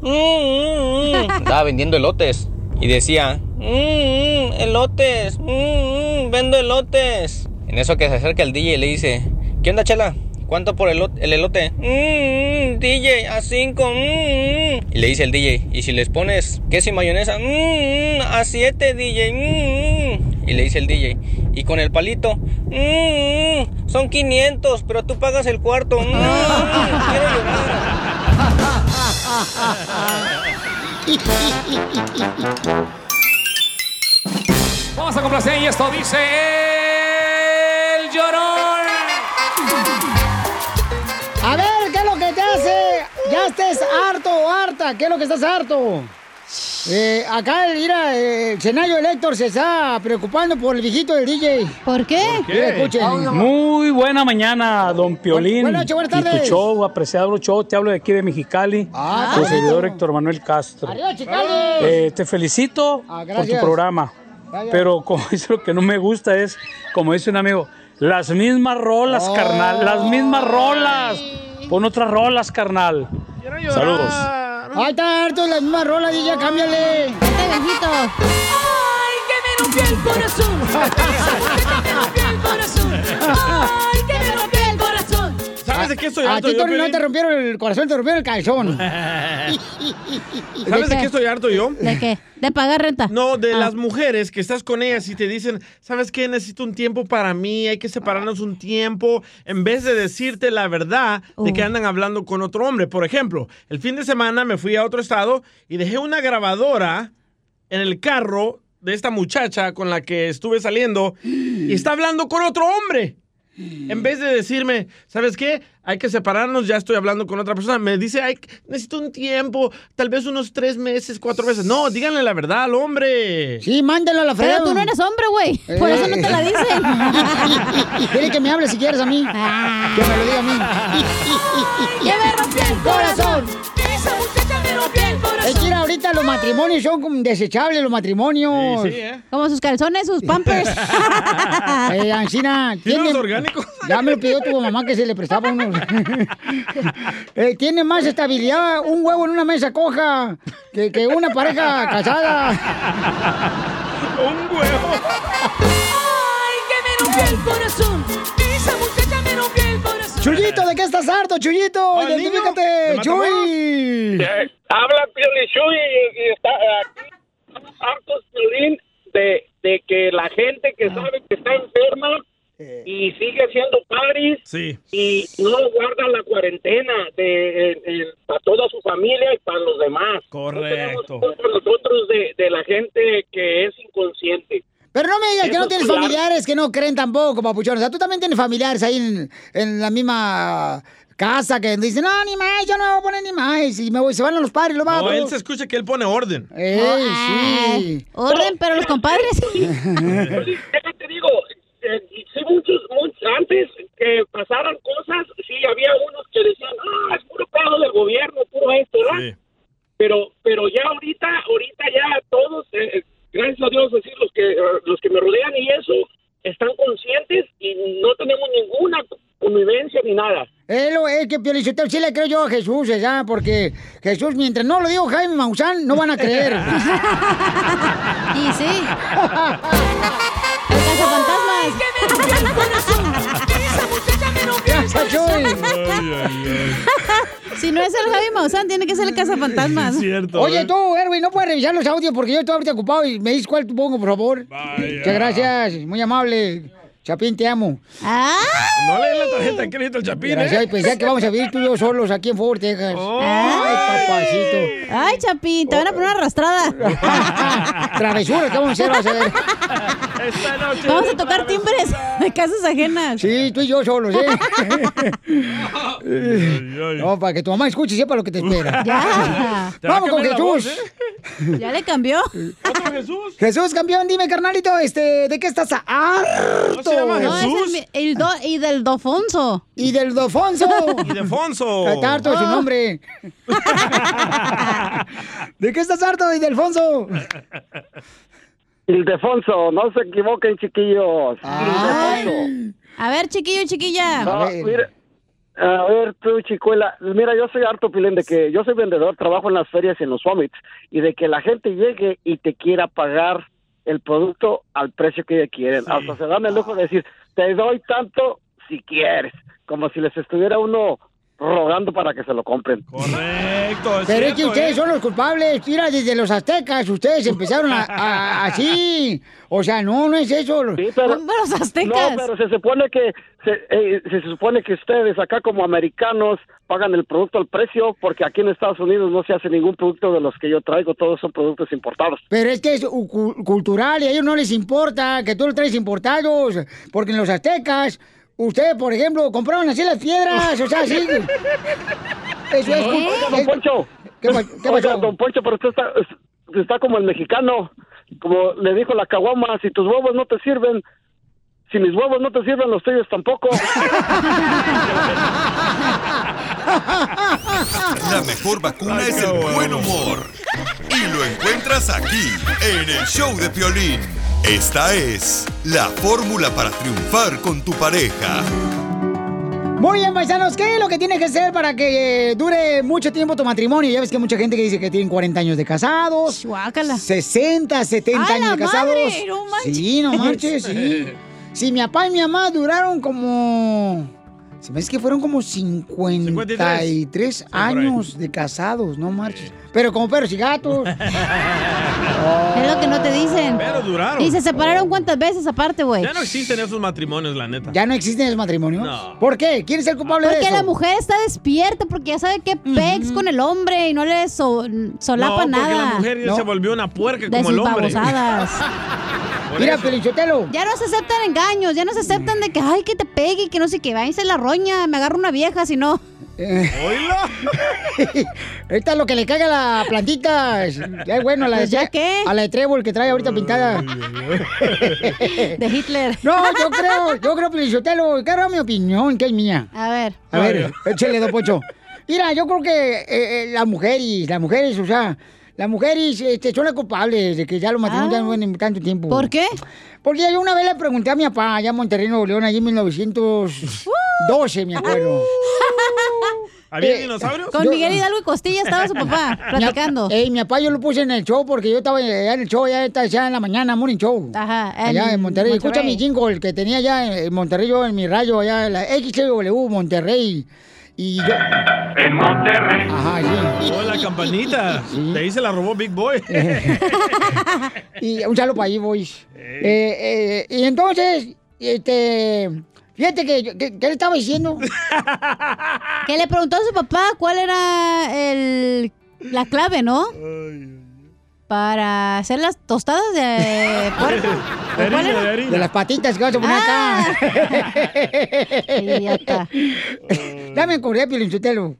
S16: Andaba vendiendo elotes. Y decía, Mmm, elotes, mmm, vendo elotes. en eso que se acerca el DJ y le dice, ¿qué onda chela? ¿Cuánto por elo- el elote? Mmm, DJ, a 5, mmm. Y le dice el DJ, ¿y si les pones queso y mayonesa? Mmm, a 7, DJ, mmm. Y le dice el DJ, ¿y con el palito? Mmm, mm, son 500, pero tú pagas el cuarto. Mm, quiero llorar.
S17: Vamos a complacer y esto dice el llorón.
S1: A ver, ¿qué es lo que te hace? Ya estés harto o harta. ¿Qué es lo que estás harto? Eh, acá, mira, eh, el Chenayo el Héctor se está preocupando por el viejito del DJ.
S8: ¿Por qué?
S1: Mira, escuchen.
S18: Muy buena mañana, don Piolín.
S1: buenas noches, buenas
S18: Y tu
S1: tardes.
S18: show, apreciado show, te hablo de aquí de Mexicali.
S1: Ah,
S18: tu
S1: correcto.
S18: servidor Héctor Manuel Castro.
S1: Arriba, Chicali.
S18: Eh, te felicito
S1: Ah,
S18: por tu
S1: gracias.
S18: programa. Pero como dice lo que no me gusta es, como dice un amigo, las mismas rolas,
S1: Oh.
S18: carnal, las mismas rolas. Pon otras rolas, carnal. Saludos.
S1: Ay, está harto de la misma rola, DJ, cámbiale.
S8: Este
S1: Está viejito.
S10: Ay, que me rompió el corazón. Ay, que me rompió el corazón. Ay, que me rompió el corazón.
S1: ¿Sabes
S2: de qué estoy
S1: A
S2: harto
S1: ti,
S2: yo,
S1: Tony, Ah, no
S2: Piolín?
S1: te rompieron el corazón, te rompieron el calzón.
S2: ¿Sabes de qué estoy harto yo?
S8: ¿De qué? De pagar renta.
S2: No, de
S8: Ah.
S2: las mujeres que estás con ellas y te dicen, ¿sabes qué? Necesito un tiempo para mí, hay que separarnos un tiempo, en vez de decirte la verdad de que
S8: Uh.
S19: Oh.
S2: andan hablando con otro hombre. Por ejemplo, el fin de semana me fui a otro estado y dejé una grabadora en el carro de esta muchacha con la que estuve saliendo y está hablando con otro hombre. En vez de decirme, ¿sabes qué? Hay que separarnos, ya estoy hablando con otra persona. Me dice, Ay, necesito un tiempo, tal vez unos tres meses, cuatro meses. No, díganle la verdad al hombre.
S1: Sí, mándelo a la fregada. Eh.
S8: Pero tú no eres hombre, güey. Por eso no te la dicen.
S1: Dile que me hable si quieres a mí.
S8: Ah.
S1: Que me lo diga a mí.
S10: Que me rompió el corazón. Esa muchacha me rompió el corazón.
S1: Es que mira, ahorita los matrimonios son como desechables, los matrimonios.
S8: Sí, sí, ¿eh? Como sus calzones, sus pampers.
S1: Eh, Ancina,
S8: ¿Tiene
S1: ¿tiene-
S8: unos
S2: orgánicos?
S1: Ya me lo pidió tu mamá que se le prestaba unos. Eh, tiene más estabilidad un huevo en una mesa coja que, que una pareja casada.
S2: Un huevo.
S10: Ay, que me rompió el corazón. Esa muchacha me rompió el corazón.
S1: Chuyito, ¿de qué estás harto, Chuyito? Identifícate, Chuy.
S20: Eh, Habla Piolichuy y, y está aquí hartos Piolín de, de que la gente que sabe que está enferma y sigue haciendo paris
S2: Sí.
S20: y no guarda la cuarentena de, eh, eh, para toda su familia y para los demás.
S2: Correcto.
S20: Por nosotros de, de la gente que es inconsciente.
S1: Pero no me digas que
S20: Eso
S19: pues,
S1: no
S20: es
S1: tienes
S20: claro.
S1: familiares que no creen tampoco, papuchón. O sea, tú también tienes familiares ahí en, en la misma casa que dicen, no, ni más, yo no me voy a poner ni más. Y me voy, se van a los padres, los
S2: No,
S1: vatos.
S2: él se escucha que él pone orden.
S8: Oh,
S1: ¡Ey, Eh, sí!
S8: eh, Orden, pero los compadres.
S20: te digo, eh, sí, muchos, muchos, antes que pasaran cosas, sí, había unos que decían, ah, es puro pedo del gobierno, puro esto, ¿verdad? Pero, pero ya ahorita, ahorita ya todos, eh, eh, gracias a Dios, así los que, eh, los que me rodean y eso, están conscientes y no tenemos ninguna convivencia ni nada.
S1: Es lo es que Piolichotel sí le creo yo a Jesús, ya, porque Jesús, mientras no lo digo Jaime Maussan, no van a creer.
S8: y sí. El cazafantasmas. Si no es el Javi Maussan, tiene que ser el cazafantasmas.
S2: Cierto.
S8: ¿eh?
S1: Oye, tú, Erwin, no puedes revisar los audios porque yo estoy ahorita ocupado y me dices cuál te pongo, por favor. Muchas gracias, muy amable. Chapín, te amo.
S8: Ah.
S2: No le den la tarjeta de crédito al Chapín. ¿eh?
S1: Gracias, pensé que vamos a vivir tú y yo solos aquí en Fort Texas. Ay, papacito.
S8: Ay, Chapín, te van a poner una arrastrada.
S1: Travesuras, ¿qué vamos a hacer? Vas a ver.
S8: Vamos a tocar timbres de casas ajenas.
S1: Sí, tú y yo solos, ¿eh? No, para que tu mamá escuche y sepa lo que te espera.
S8: Ya. Te va a
S1: Vamos con
S8: cambiar
S1: Jesús.
S8: la voz, ¿eh? Ya le cambió.
S1: Jesús, campeón, dime, carnalito, este, ¿de qué estás harto?
S8: No, es el mi- el do- y del Dofonso.
S1: Y del Dofonso.
S2: Y de Fonso.
S1: Está harto
S8: Oh.
S1: de su nombre. ¿De qué estás harto, Ildefonso?
S19: Ildefonso, no se equivoquen, chiquillos. Ildefonso.
S8: A ver, chiquillo, y chiquilla.
S19: No, Ah, mira, a ver, tú, chicuela. Mira, yo soy harto pilén de que yo soy vendedor, trabajo en las ferias y en los summits, y de que la gente llegue y te quiera pagar el producto al precio que ellos quieren. Hasta se dan el lujo de decir, te doy tanto si quieres. Como si les estuviera uno rogando para que se lo compren.
S2: Correcto.
S1: Pero es ¿eh? que ustedes son los culpables. Mira, desde los aztecas ustedes empezaron a- a- así. O sea, no, no es eso.
S8: los aztecas.
S19: No, pero se supone que se, eh, se supone que ustedes acá como americanos pagan el producto al precio porque aquí en Estados Unidos no se hace ningún producto de los que yo traigo, todos son productos importados.
S1: Pero es que es u- cu- cultural y a ellos no les importa que tú lo traes importados. Porque en los aztecas, ustedes, por ejemplo, compraron así las piedras. O sea, así. Eso es
S19: Oiga,
S1: culpa.
S19: don Poncho.
S1: ¿Qué, pa- qué
S19: Oiga,
S1: pasó?
S19: don Poncho, pero usted está, usted está como el mexicano, como le dijo la caguama, si tus huevos no te sirven, si mis huevos no te sirven, los tuyos tampoco.
S7: La mejor vacuna es el buen humor. Y lo encuentras aquí, en el show de Piolín. Esta es la fórmula para triunfar con tu pareja.
S1: Muy bien, paisanos, ¿qué es lo que tiene que hacer para que eh, dure mucho tiempo tu matrimonio? Ya ves que hay mucha gente que dice que tienen 40 años de casados. 60, 70
S10: ¡A la
S1: años de casados.
S10: madre! ¡No manches!
S1: sí, no marches, sí. Si mi papá y mi mamá duraron como... Se me hace que fueron como 53 años de casados, no marches. Pero como perros y gatos.
S8: Es lo que no te dicen.
S2: Pero duraron.
S8: Y se separaron cuántas veces aparte, güey.
S2: Ya no existen esos matrimonios, la neta.
S1: ¿Ya no existen esos matrimonios?
S2: No.
S1: ¿Por qué? ¿Quién es el culpable de
S8: Porque
S1: eso?
S8: la mujer está despierta porque ya sabe que pex con el hombre y no le so- solapa
S2: no, porque
S8: nada.
S2: la mujer ya
S8: No.
S2: se volvió una puerca
S8: de
S2: como el
S8: sus
S2: hombre.
S8: babosadas.
S2: Por
S1: Mira,
S2: eso.
S1: Pelichotelo.
S8: Ya no se aceptan engaños, ya no se aceptan de que, ay, que te pegue, que no sé qué, váyanse la roña, me agarro una vieja, si no.
S1: ahorita lo que le caiga a la plantita. Ya es bueno, a la de,
S8: Pues ya
S1: tre- a la de trébol que trae ahorita pintada. De
S8: Hitler.
S1: No, yo creo, yo creo, Pelichotelo, quiero mi opinión, que es mía.
S8: A ver.
S1: A ver, échale, don Pocho. Mira, yo creo que eh, eh, las mujeres, las mujeres, o sea, las mujeres este, son las culpables de que ya los matrimonios ya no duren tanto tiempo. ¿Por
S8: Ah. qué?
S1: Porque yo una vez le pregunté a mi papá, allá en Monterrey, Nuevo León, allí en 1912, me acuerdo.
S2: ¿Había
S1: Eh,
S2: dinosaurios?
S8: Con Miguel Hidalgo y Costilla estaba su papá, platicando.
S1: Mi, ap- ey, mi papá yo lo puse en el show porque yo estaba allá en el show, ya está allá en la mañana, Morning Show.
S8: Ajá,
S1: allá en Monterrey. Escucha mi
S8: Monterrey.
S1: jingle el que tenía allá en en Monterrey, yo en mi rayo, allá en la XW Monterrey. Y yo.
S2: En Monterrey.
S1: Ajá, sí.
S2: Oh, la campanita. De ahí se la robó Big Boy.
S1: y un saludo para ahí, boys. Eh, eh, y entonces, este, fíjate que, yo- que- ¿qué le estaba diciendo?
S8: Que le preguntó a su papá cuál era el, la clave, ¿no? Para hacer las tostadas de puerco. ¿O cuál era?
S1: De las patitas que vas a poner acá.
S8: Idiota.
S1: Mm. Dame correa, Pilinchotelo.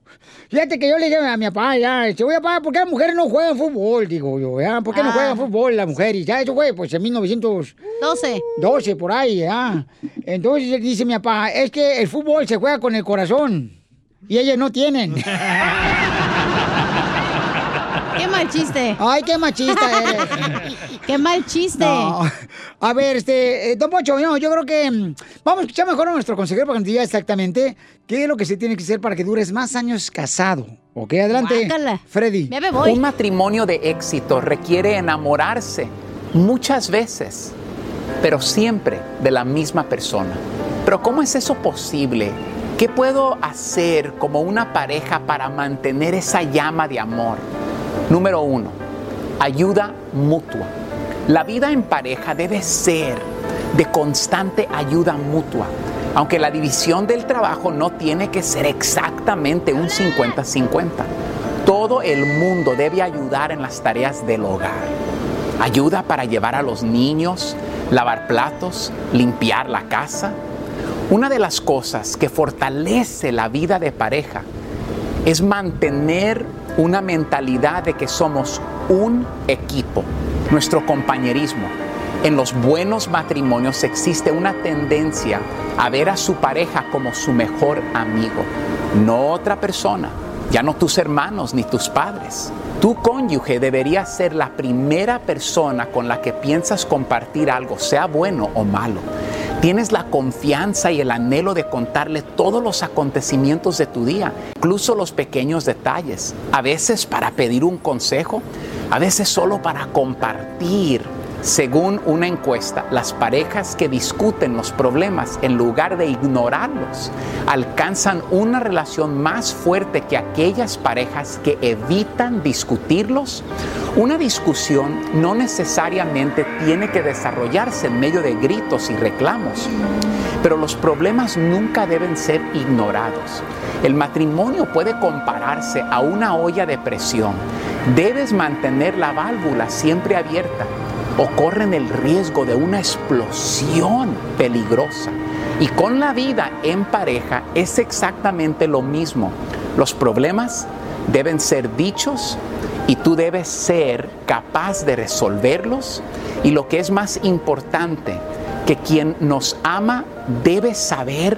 S1: Fíjate que yo le dije a mi papá, ya, este, oye, papá, ¿por qué las mujeres no juegan fútbol? Digo yo, ya, ¿por qué no
S8: Ah.
S1: juegan fútbol las mujeres? Ya, eso fue, pues, en 1900...
S8: 12.
S1: 12, por ahí, ya. Entonces dice mi papá, es que el fútbol se juega con el corazón. Y ellas no tienen.
S8: Qué mal chiste.
S1: Ay, qué machista eres.
S8: qué mal chiste.
S1: A ver, este, eh, Don Pocho, no, yo creo que mm, vamos a escuchar mejor a nuestro consejero para que nos diga exactamente qué es lo que se tiene que hacer para que dures más años casado. Ok, adelante. Freddy.
S21: Un matrimonio de éxito requiere enamorarse muchas veces, pero siempre de la misma persona. Pero ¿cómo es eso posible? ¿Qué puedo hacer como una pareja para mantener esa llama de amor? Número uno, ayuda mutua. La vida en pareja debe ser de constante ayuda mutua. Aunque la división del trabajo no tiene que ser exactamente un 50-50. Todo el mundo debe ayudar en las tareas del hogar. Ayuda para llevar a los niños, lavar platos, limpiar la casa. Una de las cosas que fortalece la vida de pareja es mantener una mentalidad de que somos un equipo, nuestro compañerismo. En los buenos matrimonios existe una tendencia a ver a su pareja como su mejor amigo, no otra persona, ya no tus hermanos ni tus padres. Tu cónyuge debería ser la primera persona con la que piensas compartir algo, sea bueno o malo. Tienes la confianza y el anhelo de contarle todos los acontecimientos de tu día, incluso los pequeños detalles, a veces para pedir un consejo, a veces solo para compartir. Según una encuesta, las parejas que discuten los problemas en lugar de ignorarlos alcanzan una relación más fuerte que aquellas parejas que evitan discutirlos. Una discusión no necesariamente tiene que desarrollarse en medio de gritos y reclamos. Pero los problemas nunca deben ser ignorados. El matrimonio puede compararse a una olla de presión. Debes mantener la válvula siempre abierta o corren el riesgo de una explosión peligrosa. Y con la vida en pareja es exactamente lo mismo. Los problemas deben ser dichos y tú debes ser capaz de resolverlos. Y lo que es más importante, que quien nos ama debe saber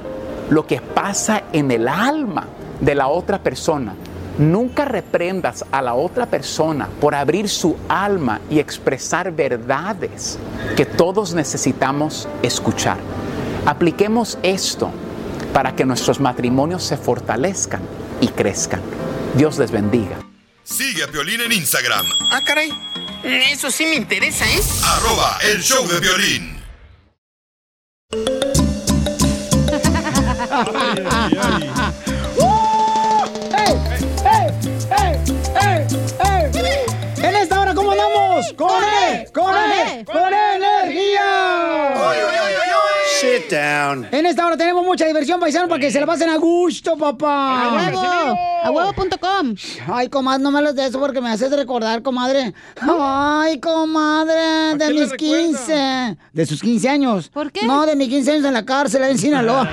S21: lo que pasa en el alma de la otra persona Nunca reprendas a la otra persona por abrir su alma y expresar verdades que todos necesitamos escuchar. Apliquemos esto para que nuestros matrimonios se fortalezcan y crezcan. Dios les bendiga.
S7: Sigue a Piolín en Instagram,
S3: Ah, caray. Eso sí me interesa, ¿eh? ¿es?
S7: arroba el show de violín.
S1: ¡Uh! En esta hora, ¿cómo andamos? ¡Con E! ¡Con E! ¡Con energía!
S22: Sit down.
S1: En esta hora tenemos mucha diversión, paisano, para que se la pasen a gusto, papá.
S22: ¡A huevo!
S1: ¡A huevo.com! Ay, comadre, no me hables de eso porque me haces recordar, comadre. Ay, comadre, de
S10: qué le
S1: mis 15. De sus 15 años. ¿Por qué? No, de mis 15 años en la cárcel, ahí en Sinaloa.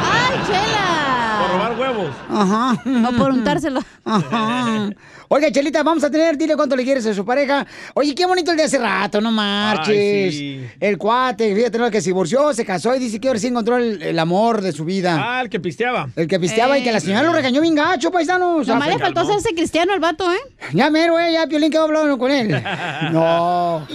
S8: ¡Ay, chela!
S2: Por robar huevos.
S1: Ajá.
S8: O por untárselo.
S1: Ajá. Oiga, Chelita, vamos a tener, dile cuánto le quieres a su pareja. Oye, qué bonito el de hace rato, no marches.
S2: sí.
S1: El cuate, fíjate lo que se divorció, se casó y dice que ahora sí encontró el, el amor de su vida.
S2: Ah, el que pisteaba.
S1: El que pisteaba y que la señora lo regañó bien gacho, paisanos.
S8: Eh. Nomás le faltó hacerse cristiano al vato, ¿eh?
S1: Ya mero, eh, ya Piolín quedó hablando con él. No.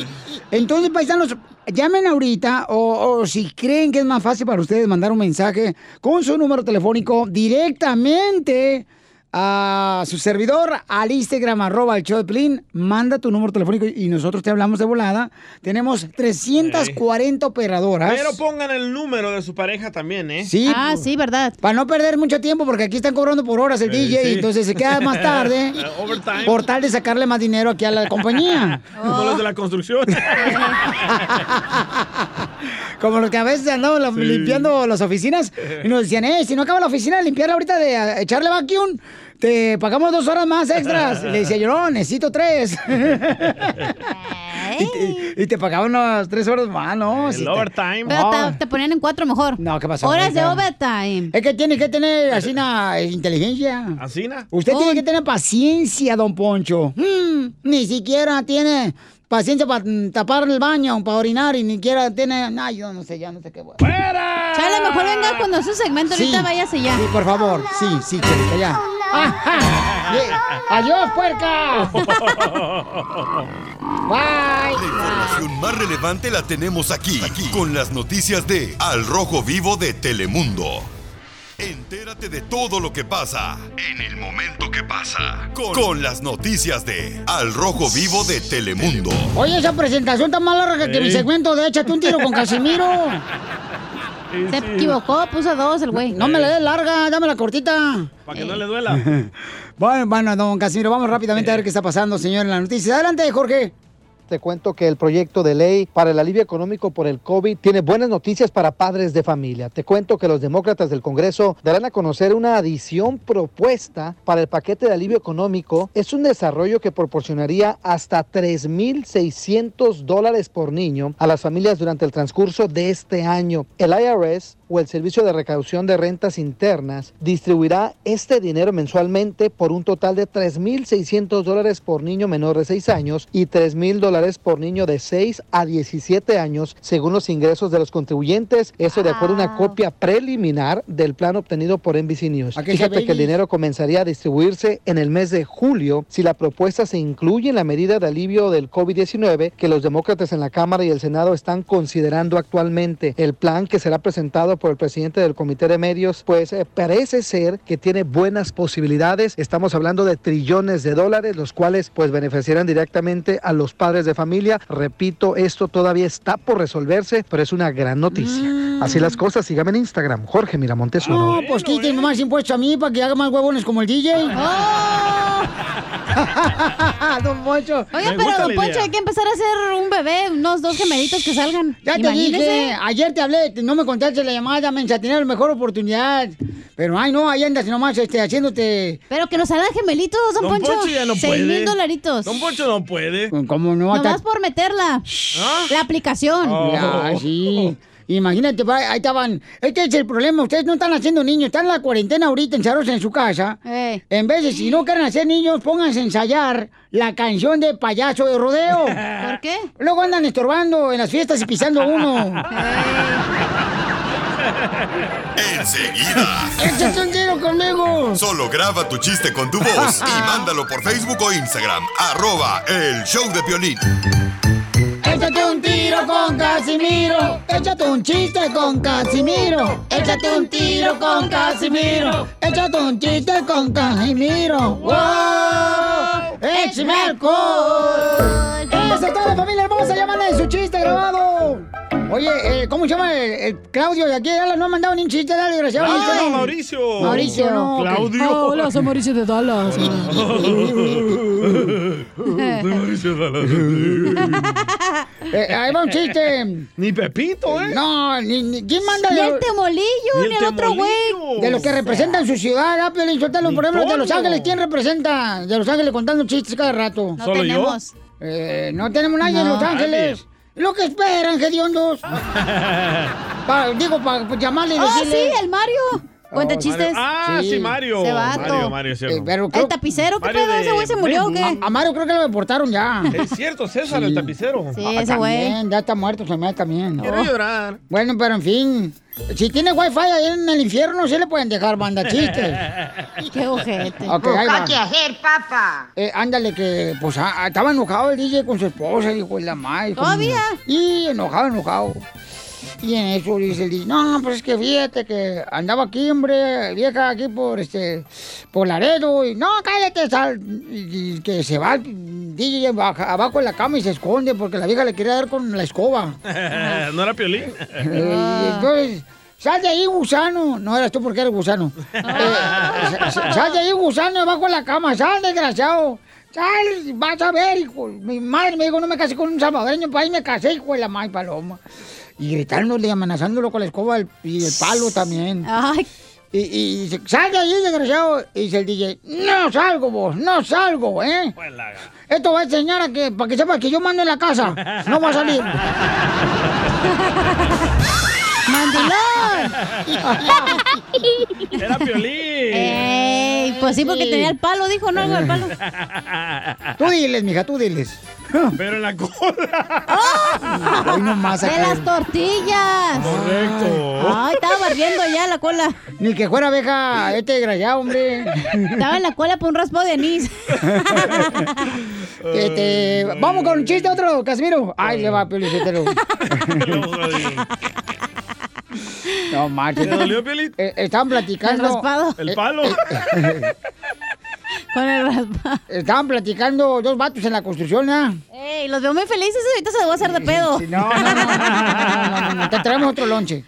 S1: Entonces, paisanos, llamen ahorita o, o si creen que es más fácil para ustedes mandar un mensaje con su número telefónico directamente a su servidor, al Instagram, arroba el show de Piolín. Manda tu número telefónico y nosotros te hablamos de volada. Tenemos 340 operadoras.
S2: Pero pues, pongan el número de su pareja también, ¿eh?
S1: Sí, pues, Para no perder mucho tiempo, porque aquí están cobrando por horas el
S2: Eh,
S1: DJ,
S2: sí.
S1: entonces se queda más tarde.
S2: Overtime.
S1: Por tal de sacarle más dinero aquí a la compañía.
S2: Como los de la construcción.
S1: Oh. Como los que a veces andamos la- limpiando las oficinas y nos decían, eh, si no acaba la oficina de limpiarla ahorita de a- echarle vacuum, te pagamos dos horas más extras. Le decía yo, no, necesito tres. y, te, y te pagaban unas tres horas más, ¿no? si te- No.
S8: Pero te, te ponían en cuatro mejor.
S1: No, ¿qué pasó?
S8: Horas de
S1: Mónica?
S8: overtime.
S1: Es que tiene que tener así una inteligencia.
S2: ¿Asina?
S1: Usted tiene que tener paciencia, don Poncho. Mm, ni siquiera tiene paciencia para tapar el baño, para orinar, y ni siquiera tiene... No, yo no sé, ya no sé qué. ¡Fuera!
S8: Chale, mejor venga cuando su segmento ahorita váyase ya.
S1: Sí, por favor. Sí, sí, Chelita, ya. Ajá. Ye- ¡Adiós, puerca!
S7: La información más relevante la tenemos aquí, aquí, con las noticias de Al Rojo Vivo de Telemundo. Entérate de todo lo que pasa en el momento que pasa con, con las noticias de Al Rojo Vivo de Telemundo.
S1: Oye, esa presentación está más larga que mi
S7: Ey.
S1: segmento de Échate un tiro con Casimiro.
S8: Se equivocó, puso dos el güey.
S1: No me la des larga, dame la cortita.
S2: Para que no le duela.
S1: Bueno, bueno, don Casimiro, vamos rápidamente a ver qué está pasando, señor, en la noticia. Adelante, Jorge.
S4: Te cuento que el proyecto de ley para el alivio económico por el COVID tiene buenas noticias para padres de familia. Te cuento que los demócratas del Congreso darán a conocer una adición propuesta para el paquete de alivio económico. Es un desarrollo que proporcionaría hasta 3.600 dólares por niño a las familias durante el transcurso de este año. El IRS o el Servicio de Recaudación de Rentas Internas distribuirá este dinero mensualmente por un total de 3.600 dólares por niño menor de 6 años y 3.000 dólares por niño de 6 a 17 años según los ingresos de los contribuyentes. Eso de acuerdo a una copia preliminar del plan obtenido por NBC News.
S1: Aquí está,
S4: Fíjate que el
S1: baby.
S4: dinero comenzaría a distribuirse en el mes de julio si la propuesta se incluye en la medida de alivio del COVID-19 que los demócratas en la Cámara y el Senado están considerando actualmente. El plan que será presentado por el presidente del Comité de Medios, pues eh, parece ser que tiene buenas posibilidades. Estamos hablando de trillones de dólares, los cuales pues beneficiarán directamente a los padres de familia. Repito, esto todavía está por resolverse, pero es una gran noticia. Así las cosas, síganme en Instagram, Jorge Miramontes. uno.
S1: No, pues quiten más impuestos a mí para que haga más huevones como el DJ. don Poncho.
S8: Oiga, Ah. pero don Poncho, hay que empezar a hacer un bebé, unos dos gemelitos que salgan.
S1: Ya te
S8: Imagínese.
S1: dije, ayer te hablé, te- no me contaste la llamada, me enchatené la mejor oportunidad. Pero ay no, ahí andas nomás este, haciéndote.
S8: Pero que nos salgan gemelitos, don,
S2: Don Poncho, ya no
S8: Seis
S2: puede.
S8: mil dolaritos.
S2: Don Poncho no puede.
S1: Pues, ¿Cómo no?
S8: Nomás
S1: Hasta-
S8: por meterla.
S2: ¿Ah?
S8: La aplicación.
S2: Oh.
S1: Ya, sí. Imagínate, pa- ahí estaban. Este es el problema. Ustedes no están haciendo niños. Están en la cuarentena ahorita, encerrados en su casa.
S8: Eh.
S1: En vez de, si no quieren hacer niños, pónganse a ensayar la canción de payaso de rodeo.
S8: ¿Por qué?
S1: Luego andan estorbando en las fiestas y pisando a uno.
S7: Enseguida.
S1: ¡Échate un tiro conmigo!
S7: Solo graba tu chiste con tu voz y mándalo por Facebook o Instagram. Arroba el show de Piolín.
S1: Échate un tiro con Casimiro. Échate un chiste con Casimiro. Échate un tiro con Casimiro. Échate un chiste con Casimiro. ¡Wow! ¡Échame alcohol! ¡Eso es todo, familia hermosa! ¡Llámale su chiste grabado! Oye, eh, ¿cómo se llama el, el Claudio de aquí? Dale, no ha mandado ni un chiste, dale, gracias.
S2: Claudio, no, Mauricio.
S1: Mauricio, no.
S2: Claudio. Ah, hola, soy
S1: Mauricio de Dallas. Eh, ahí va un chiste.
S2: Ni Pepito, ¿eh?
S1: No, ni, ni- ¿quién manda?
S8: Ni
S1: de-
S8: el temolillo,
S1: Ni
S8: ni,
S1: el
S8: el, otro güey.
S1: De los que representan su ciudad, ah, Piolín, Sotelo,
S8: Ni
S1: por ejemplo, de Los
S8: Toño.
S1: Ángeles, ¿quién representa? De Los Ángeles contando chistes cada rato.
S8: No ¿Solo yo? tenemos.
S1: Eh, no tenemos nadie en
S8: No.
S1: Los Ángeles. Lo que esperan, gediondos. Pa- digo, para llamarle y
S8: Oh,
S1: decirle...
S8: sí, el Mario. Cuenta
S1: Oh,
S8: chistes.
S1: Mario. Ah, sí,
S2: Mario.
S8: Ese vato.
S2: Mario, Mario, es cierto.
S1: Eh, pero creo-
S8: El tapicero, ¿qué Mario pedo? de ¿Ese güey se murió o qué? Bellwood.
S1: A, a Mario creo que lo deportaron ya.
S2: Es cierto, César, el tapicero.
S1: Ah, también, Ya está muerto, se me también.
S2: Quiero llorar.
S1: Bueno, pero en fin. Si tiene wifi ahí en el infierno, sí le pueden dejar banda chistes.
S8: Qué ojete.
S1: Ok, ahí va.
S8: hacer, papá?
S1: Eh, ándale, que pues ah, ah, estaba enojado el DJ con su esposa, dijo la madre. con-
S8: ¿Todavía?
S1: Y enojado, enojado. Y en eso dice el DJ, no, pues es que fíjate que andaba aquí, hombre, vieja aquí por este, por Laredo, y no, cállate, sal, y, y que se va el DJ abajo, abajo de la cama y se esconde porque la vieja le quería dar con la escoba.
S2: ¿No era Piolín? Ah.
S1: Eh, entonces, sal de ahí, gusano. No eras tú porque eres gusano. Eh, sa- sa- sal de ahí, gusano, debajo de la cama. Sal, desgraciado. Sal, vas a ver, hijo. Mi madre me dijo, no me casé con un salvadoreño, para ahí me casé, hijo de la madre paloma. Y gritándole, amenazándolo con la escoba del- y el palo también. Y, y dice, sal de ahí, desgraciado. Y dice el DJ, no salgo vos, no salgo, ¿eh?
S2: Pues
S1: Esto va a enseñar a que, para que sepas que yo mando en la casa. No va a salir.
S8: ¡Mandilón!
S2: Era Piolín.
S8: Ey, pues sí, porque tenía el palo, dijo, no, el palo.
S1: Tú diles, mija, tú diles.
S2: Pero en la cola.
S1: Hoy nomás
S8: ¡De
S1: acá.
S8: las tortillas! Ah.
S2: Correcto.
S8: Ay, estaba barriendo ya la cola.
S1: Ni que fuera abeja, este desgraciado, hombre.
S8: Estaba en la cola por un raspo de anís.
S1: Este, vamos con un chiste otro, Casimiro. Ay, le va, Pelicetero. no, macho.
S10: ¿Te dolió,
S2: Piolín?
S1: estaban platicando. Eh,
S8: El raspado.
S2: El palo.
S8: Con el raspado.
S1: Estaban platicando dos vatos en la construcción, ¿ah?
S8: Ey, los veo muy felices, ahorita se debo hacer de pedo.
S1: No, no, no, no, no, te traemos otro lonche.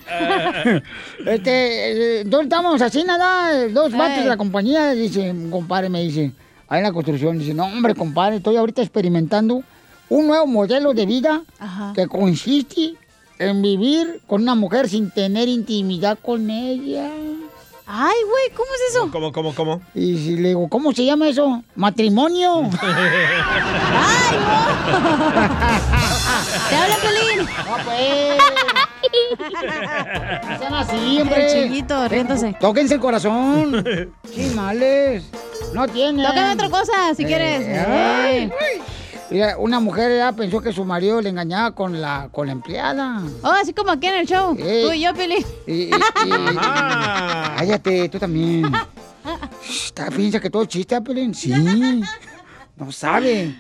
S1: Este, eh, ¿dónde estamos? Así nada, eh, dos vatos de la compañía, dice, un compadre me dice, ahí en la construcción, dice, no, hombre, compadre, estoy ahorita experimentando un nuevo modelo de vida
S8: Ah.
S1: que consiste en vivir con una mujer sin tener intimidad con ella.
S8: Ay, güey, ¿cómo es eso?
S2: ¿Cómo, cómo, cómo?
S1: Y si le digo, ¿cómo se llama eso? Matrimonio.
S8: ¡Te habla Pelín!
S1: ¡No, pues! Sean así, hombre.
S8: El chiquito, riéndose.
S1: Tóquense el corazón. ¡Qué males! No Eh, tiene.
S8: Tócame otra cosa, si quieres. Ey.
S1: Mira, una mujer ya pensó que su marido le engañaba con la, con la empleada.
S8: Oh, así como aquí en el show. Tú y yo, Pelín.
S1: Y- y- y- Ah. Cállate, tú también. Shh, ta- piensa que todo es chiste, Pelín. Sí. No sabe.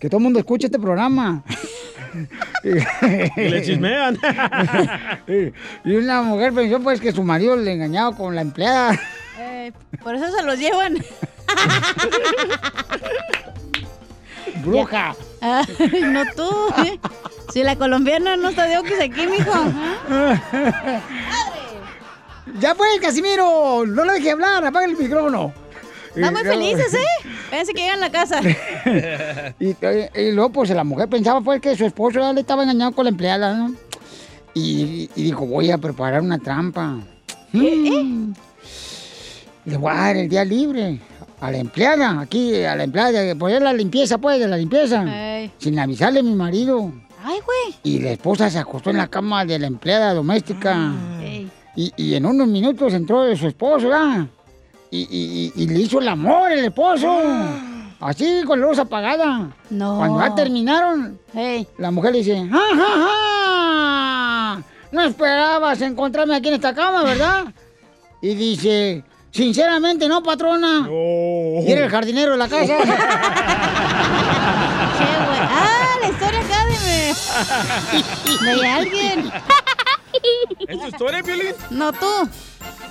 S1: Que todo el mundo escuche este programa.
S2: Y le chismean.
S1: y una mujer pensó pues que su marido le engañaba con la empleada.
S8: Ey, Eh, por eso se los llevan.
S1: Bruja.
S8: Ay, no tú. ¿eh? Si la colombiana no está de oquis aquí, mijo.
S1: ¡Ya fue, Casimiro! ¡No lo deje hablar! ¡Apaga el micrófono!
S8: Están muy felices, ¿eh? Parece que llegan a la casa.
S1: Y, eh, y luego, pues, la mujer pensaba, pues, que su esposo ya le estaba engañado con la empleada, ¿no? Y, y dijo, voy a preparar una trampa. Mm. Le voy a dar el día libre a la empleada, aquí, a la empleada, de poner la limpieza, pues, de la limpieza.
S10: Ah.
S8: Ey.
S1: Sin avisarle a mi marido.
S8: Ay, güey.
S1: Y la esposa se acostó en la cama de la empleada doméstica.
S10: Ah.
S1: Y, y en unos minutos entró su esposo, ¿verdad? Y, y- y- y le hizo el amor el esposo. Así, con la luz apagada.
S8: No.
S1: Cuando ya terminaron, la mujer le dice, ¡Ja, ja, ja! no esperabas encontrarme aquí en esta cama, ¿verdad? Y dice, sinceramente no, patrona. Y era el jardinero de la casa.
S8: Ah, la historia acá de... me- de alguien.
S2: ¿Es tu historia, Piolín?
S8: No tú.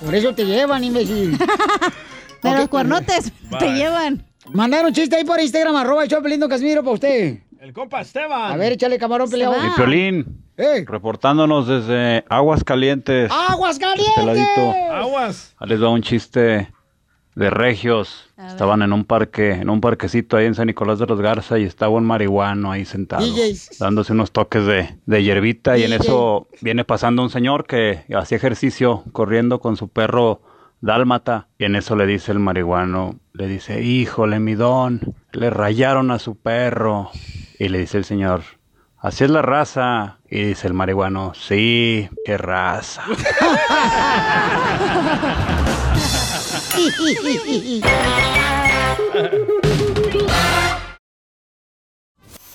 S1: Por eso te llevan, imbécil.
S8: De los cuernotes te llevan.
S1: Mandaron chiste ahí por Instagram, arroba el show de Piolín, don Casimiro para usted.
S2: El compa Esteban.
S1: A ver, échale camarón peleado.
S8: Ah.
S5: Y Piolín, reportándonos desde Este Aguas Calientes.
S1: ¡Aguas
S5: Peladito.
S1: calientes!
S2: ¡Aguas!
S5: Ahí Ah, les va un chiste de regios. Estaban en un parque, en un parquecito ahí en San Nicolás de los Garza y estaba un marihuano ahí sentado,
S1: DJs.
S5: dándose unos toques de, de hierbita y en eso viene pasando un señor que hacía ejercicio corriendo con su perro dálmata y en eso le dice el marihuano, le dice, híjole, mi don, le rayaron a su perro y le dice el señor, así es la raza y dice el marihuano, sí, qué raza.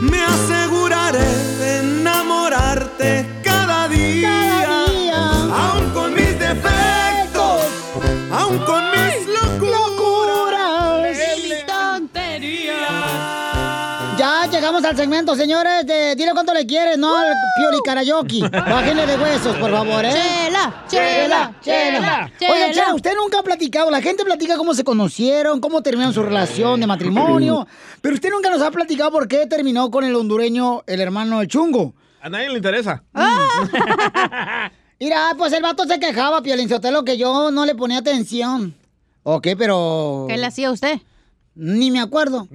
S10: Me aseguraré de enamorarte cada día. Aún con mis defectos, aún con mis locuras.
S1: mis Ya llegamos al segmento, señores. de dile cuánto le quieres, no al Pioli Karaoke. Bájenle de huesos, por favor, ¿eh?
S10: Chela, chela, chela, chela.
S1: Oiga, Chela, usted nunca ha platicado. La gente platica cómo se conocieron, cómo terminaron su relación de matrimonio. Pero usted nunca nos ha platicado por qué terminó con el hondureño, el hermano del chungo.
S2: A nadie le interesa.
S1: Mira, pues el vato se quejaba, Piolín Sotelo, que yo no le ponía atención. Ok, pero...
S8: ¿Qué le hacía usted?
S1: Ni me acuerdo.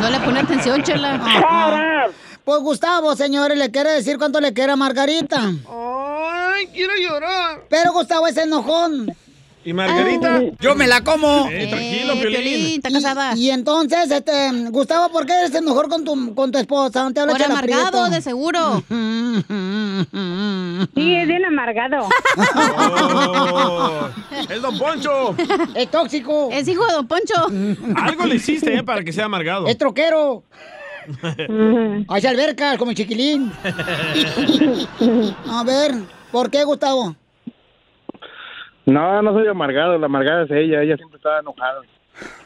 S8: No le pone atención, chela.
S1: Ajá. Pues Gustavo, señores, le quiere decir cuánto le quiere a Margarita.
S2: Ay, quiero llorar.
S1: Pero Gustavo es enojón.
S8: Ah.
S2: ¿Y Margarita?
S1: Yo me la como.
S2: Eh, tranquilo, Piolín.
S1: Y, y entonces, este, Gustavo, ¿por qué eres enojón con tu, con tu esposa? No te habla
S8: Por
S1: Chela
S8: amargado,
S1: Prieto.
S8: de seguro.
S6: Sí, es bien amargado.
S2: Oh. Ah. ¡Es Don Poncho!
S1: Es tóxico.
S8: Es hijo de Don Poncho.
S2: Algo le hiciste, ¿eh? Para que sea amargado.
S1: Es troquero. Hace albercas como el chiquilín. a ver, ¿por qué, Gustavo?
S23: No, no soy amargado, la amargada es ella, ella siempre estaba enojada.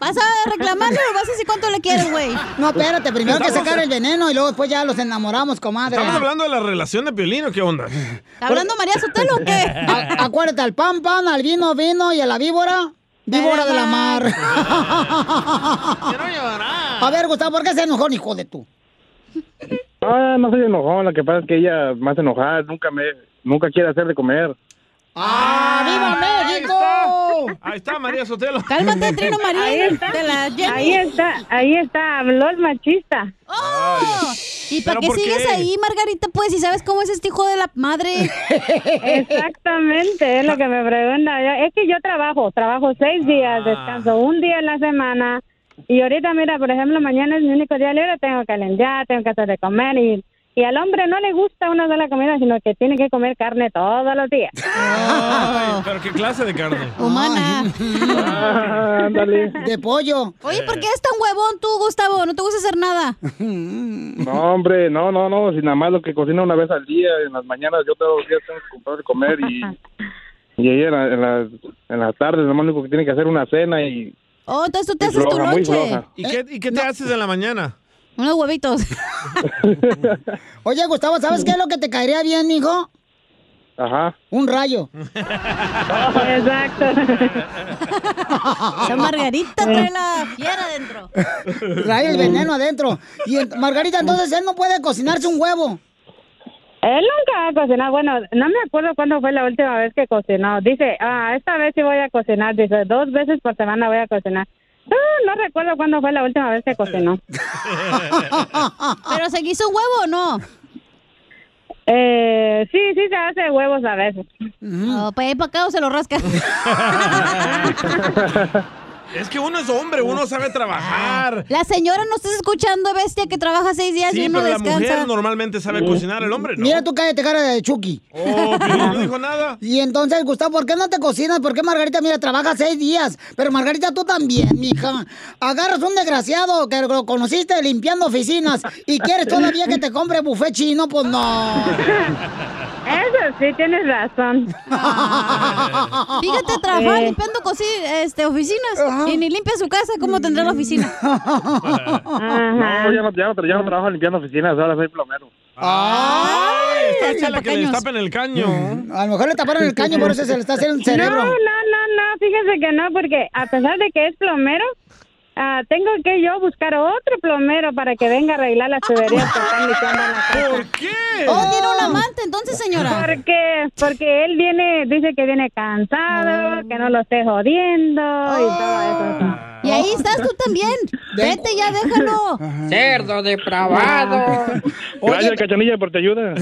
S8: Vas a reclamarle o vas a decir cuánto le quieres, güey.
S1: No, espérate, primero hay que
S2: Estamos-
S1: sacar el veneno y luego después ya los enamoramos, comadre.
S2: ¿Estamos hablando de la relación de Piolín o qué onda?
S1: ¿Está hablando María Sotelo o qué? acuérdate, al pan, pan, al vino, vino y a la víbora, víbora de la mar. A ver, Gustavo, ¿por qué se enojó, hijo de tú?
S23: Ah, no soy enojón, lo que pasa es que ella más enojada, nunca me, nunca quiere hacer de comer.
S1: ¡Ah, viva México!
S2: Ahí está María Sotelo.
S8: Cálmate, Trino Marín.
S6: Ahí está,
S8: Te la Jenny.
S6: ahí está, ahí está, habló el machista.
S8: ¿Y para
S6: ¿Pero
S8: qué
S6: por qué?
S8: sigues ahí, Margarita? Pues, si sabes cómo es este hijo de la madre.
S6: Exactamente, es lo que me pregunta. Yo- Es que yo trabajo, trabajo seis días, descanso un día en la semana. Y ahorita, mira, por ejemplo, mañana es mi único día libre, tengo que alendear, tengo que hacer de comer. Y, y al hombre no le gusta una sola comida, sino que tiene que comer carne todos los días.
S10: Ah.
S2: Ay, pero qué clase de carne.
S8: Oh, Humana.
S1: De pollo.
S8: Oye, ¿por qué eres tan huevón tú, Gustavo? No te gusta hacer nada.
S23: No, hombre, no, no, no, si nada más lo que cocina una vez al día, en las mañanas yo todos los días tengo que comprar de comer y, y ella en, la- en las, en las tardes, lo único que tiene que hacer una cena y...
S8: Oh, entonces tú te
S23: Muy
S8: haces tu
S23: floja, muy
S8: lonche.
S23: floja.
S2: ¿Y qué, y qué te haces en la mañana?
S8: Unos huevitos.
S1: Oye, Gustavo, ¿sabes qué es lo que te caería bien, hijo?
S23: Ajá.
S1: Un rayo.
S6: Exacto.
S10: pues,
S8: La Margarita trae la fiera adentro.
S1: Trae el veneno adentro. Y en- Margarita, entonces él no puede cocinarse un huevo.
S6: Él nunca ha cocinado. Bueno, no me acuerdo cuándo fue la última vez que cocinó. Dice, ah, esta vez sí voy a cocinar. Dice, dos veces por semana voy a cocinar. Ah, no recuerdo cuándo fue la última vez que cocinó.
S8: ¿Pero se quiso un huevo o no?
S6: Eh, Pues sí, sí se hace huevos a veces.
S8: Oh, pues, ¿Para acá o se lo rasca?
S2: Es que uno es hombre, uno sabe trabajar.
S8: La señora no estás escuchando, bestia, que trabaja seis días y
S2: Sí,
S8: uno
S2: pero la
S8: descansa.
S2: mujer normalmente sabe cocinar, el hombre no.
S1: Mira tú cállate cara de Chucky.
S2: Oh, Piolín no dijo nada.
S1: Y entonces, Gustavo, ¿por qué no te cocinas? ¿Por qué Margarita, mira, trabaja seis días? Pero Margarita, tú también, mija. Agarras un desgraciado que lo conociste limpiando oficinas y quieres todavía que te compre buffet chino, pues no.
S6: Eso sí, tienes razón.
S8: Fíjate, trabajar
S6: Eh.
S8: limpiando cosi, este, oficinas y ni limpia su casa, ¿cómo tendrá la oficina?
S6: Ah.
S23: No, pues ya no, ya no tra- ya no trabajo limpiando oficinas, ahora soy plomero.
S2: ¡Ay! Está hecha la que le
S6: tacaños.
S2: destapen el caño.
S1: A lo mejor le taparon el caño, por eso se le está haciendo el cerebro.
S6: No, no, no, no, fíjese que no, porque a pesar de que es plomero, ah, tengo que yo buscar otro plomero para que venga a arreglar las tuberías que están liqueando en la casa.
S2: ¿Por qué?
S8: Oh, tiene un amante, entonces, señora.
S6: Porque, porque él viene, dice que viene cansado, que no lo esté jodiendo y todo eso.
S8: Y ahí estás tú también. Vete ya, déjalo.
S9: Cerdo depravado.
S23: Gracias, Cachanilla, por tu ayuda.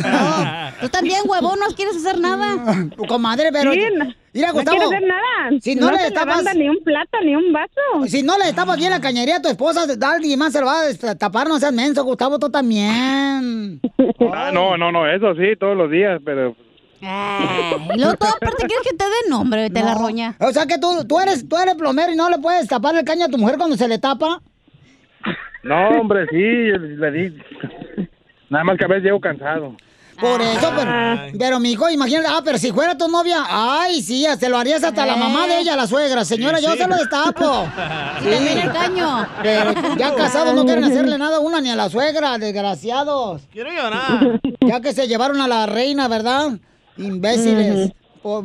S8: Tú también, huevón, no quieres hacer nada.
S1: Comadre, pero- Sí, no- Mira, no Gustavo, quiero hacer nada. si no No le se tapas- levanta ni
S6: un plato, ni un vaso.
S1: Si no le destapas bien la cañería a tu esposa, alguien más se lo va a dest- tapar, no seas menso, Gustavo, tú también.
S23: Ah, no, no, no, eso sí, todos los días, pero
S8: Y luego tú aparte quieres que te den nombre, vete a la
S1: No.
S8: roña.
S1: O sea que tú, tú, eres, tú eres plomero y no le puedes tapar el caño a tu mujer cuando se le tapa.
S23: no, hombre, sí, le di. Nada más que a veces llego cansado.
S1: Por eso, pero, pero mi hijo, imagínate, ah, pero si fuera tu novia, ay, sí, se lo harías hasta la mamá
S2: Eh.
S1: de ella, la suegra. Señora,
S10: Sí,
S1: yo
S10: sí.
S1: se lo destapo.
S10: Y también el caño.
S1: Pero ya casados no quieren hacerle nada a una ni a la suegra, desgraciados.
S2: Quiero llorar.
S1: Ya que se llevaron a la reina, ¿verdad? Imbéciles. Po-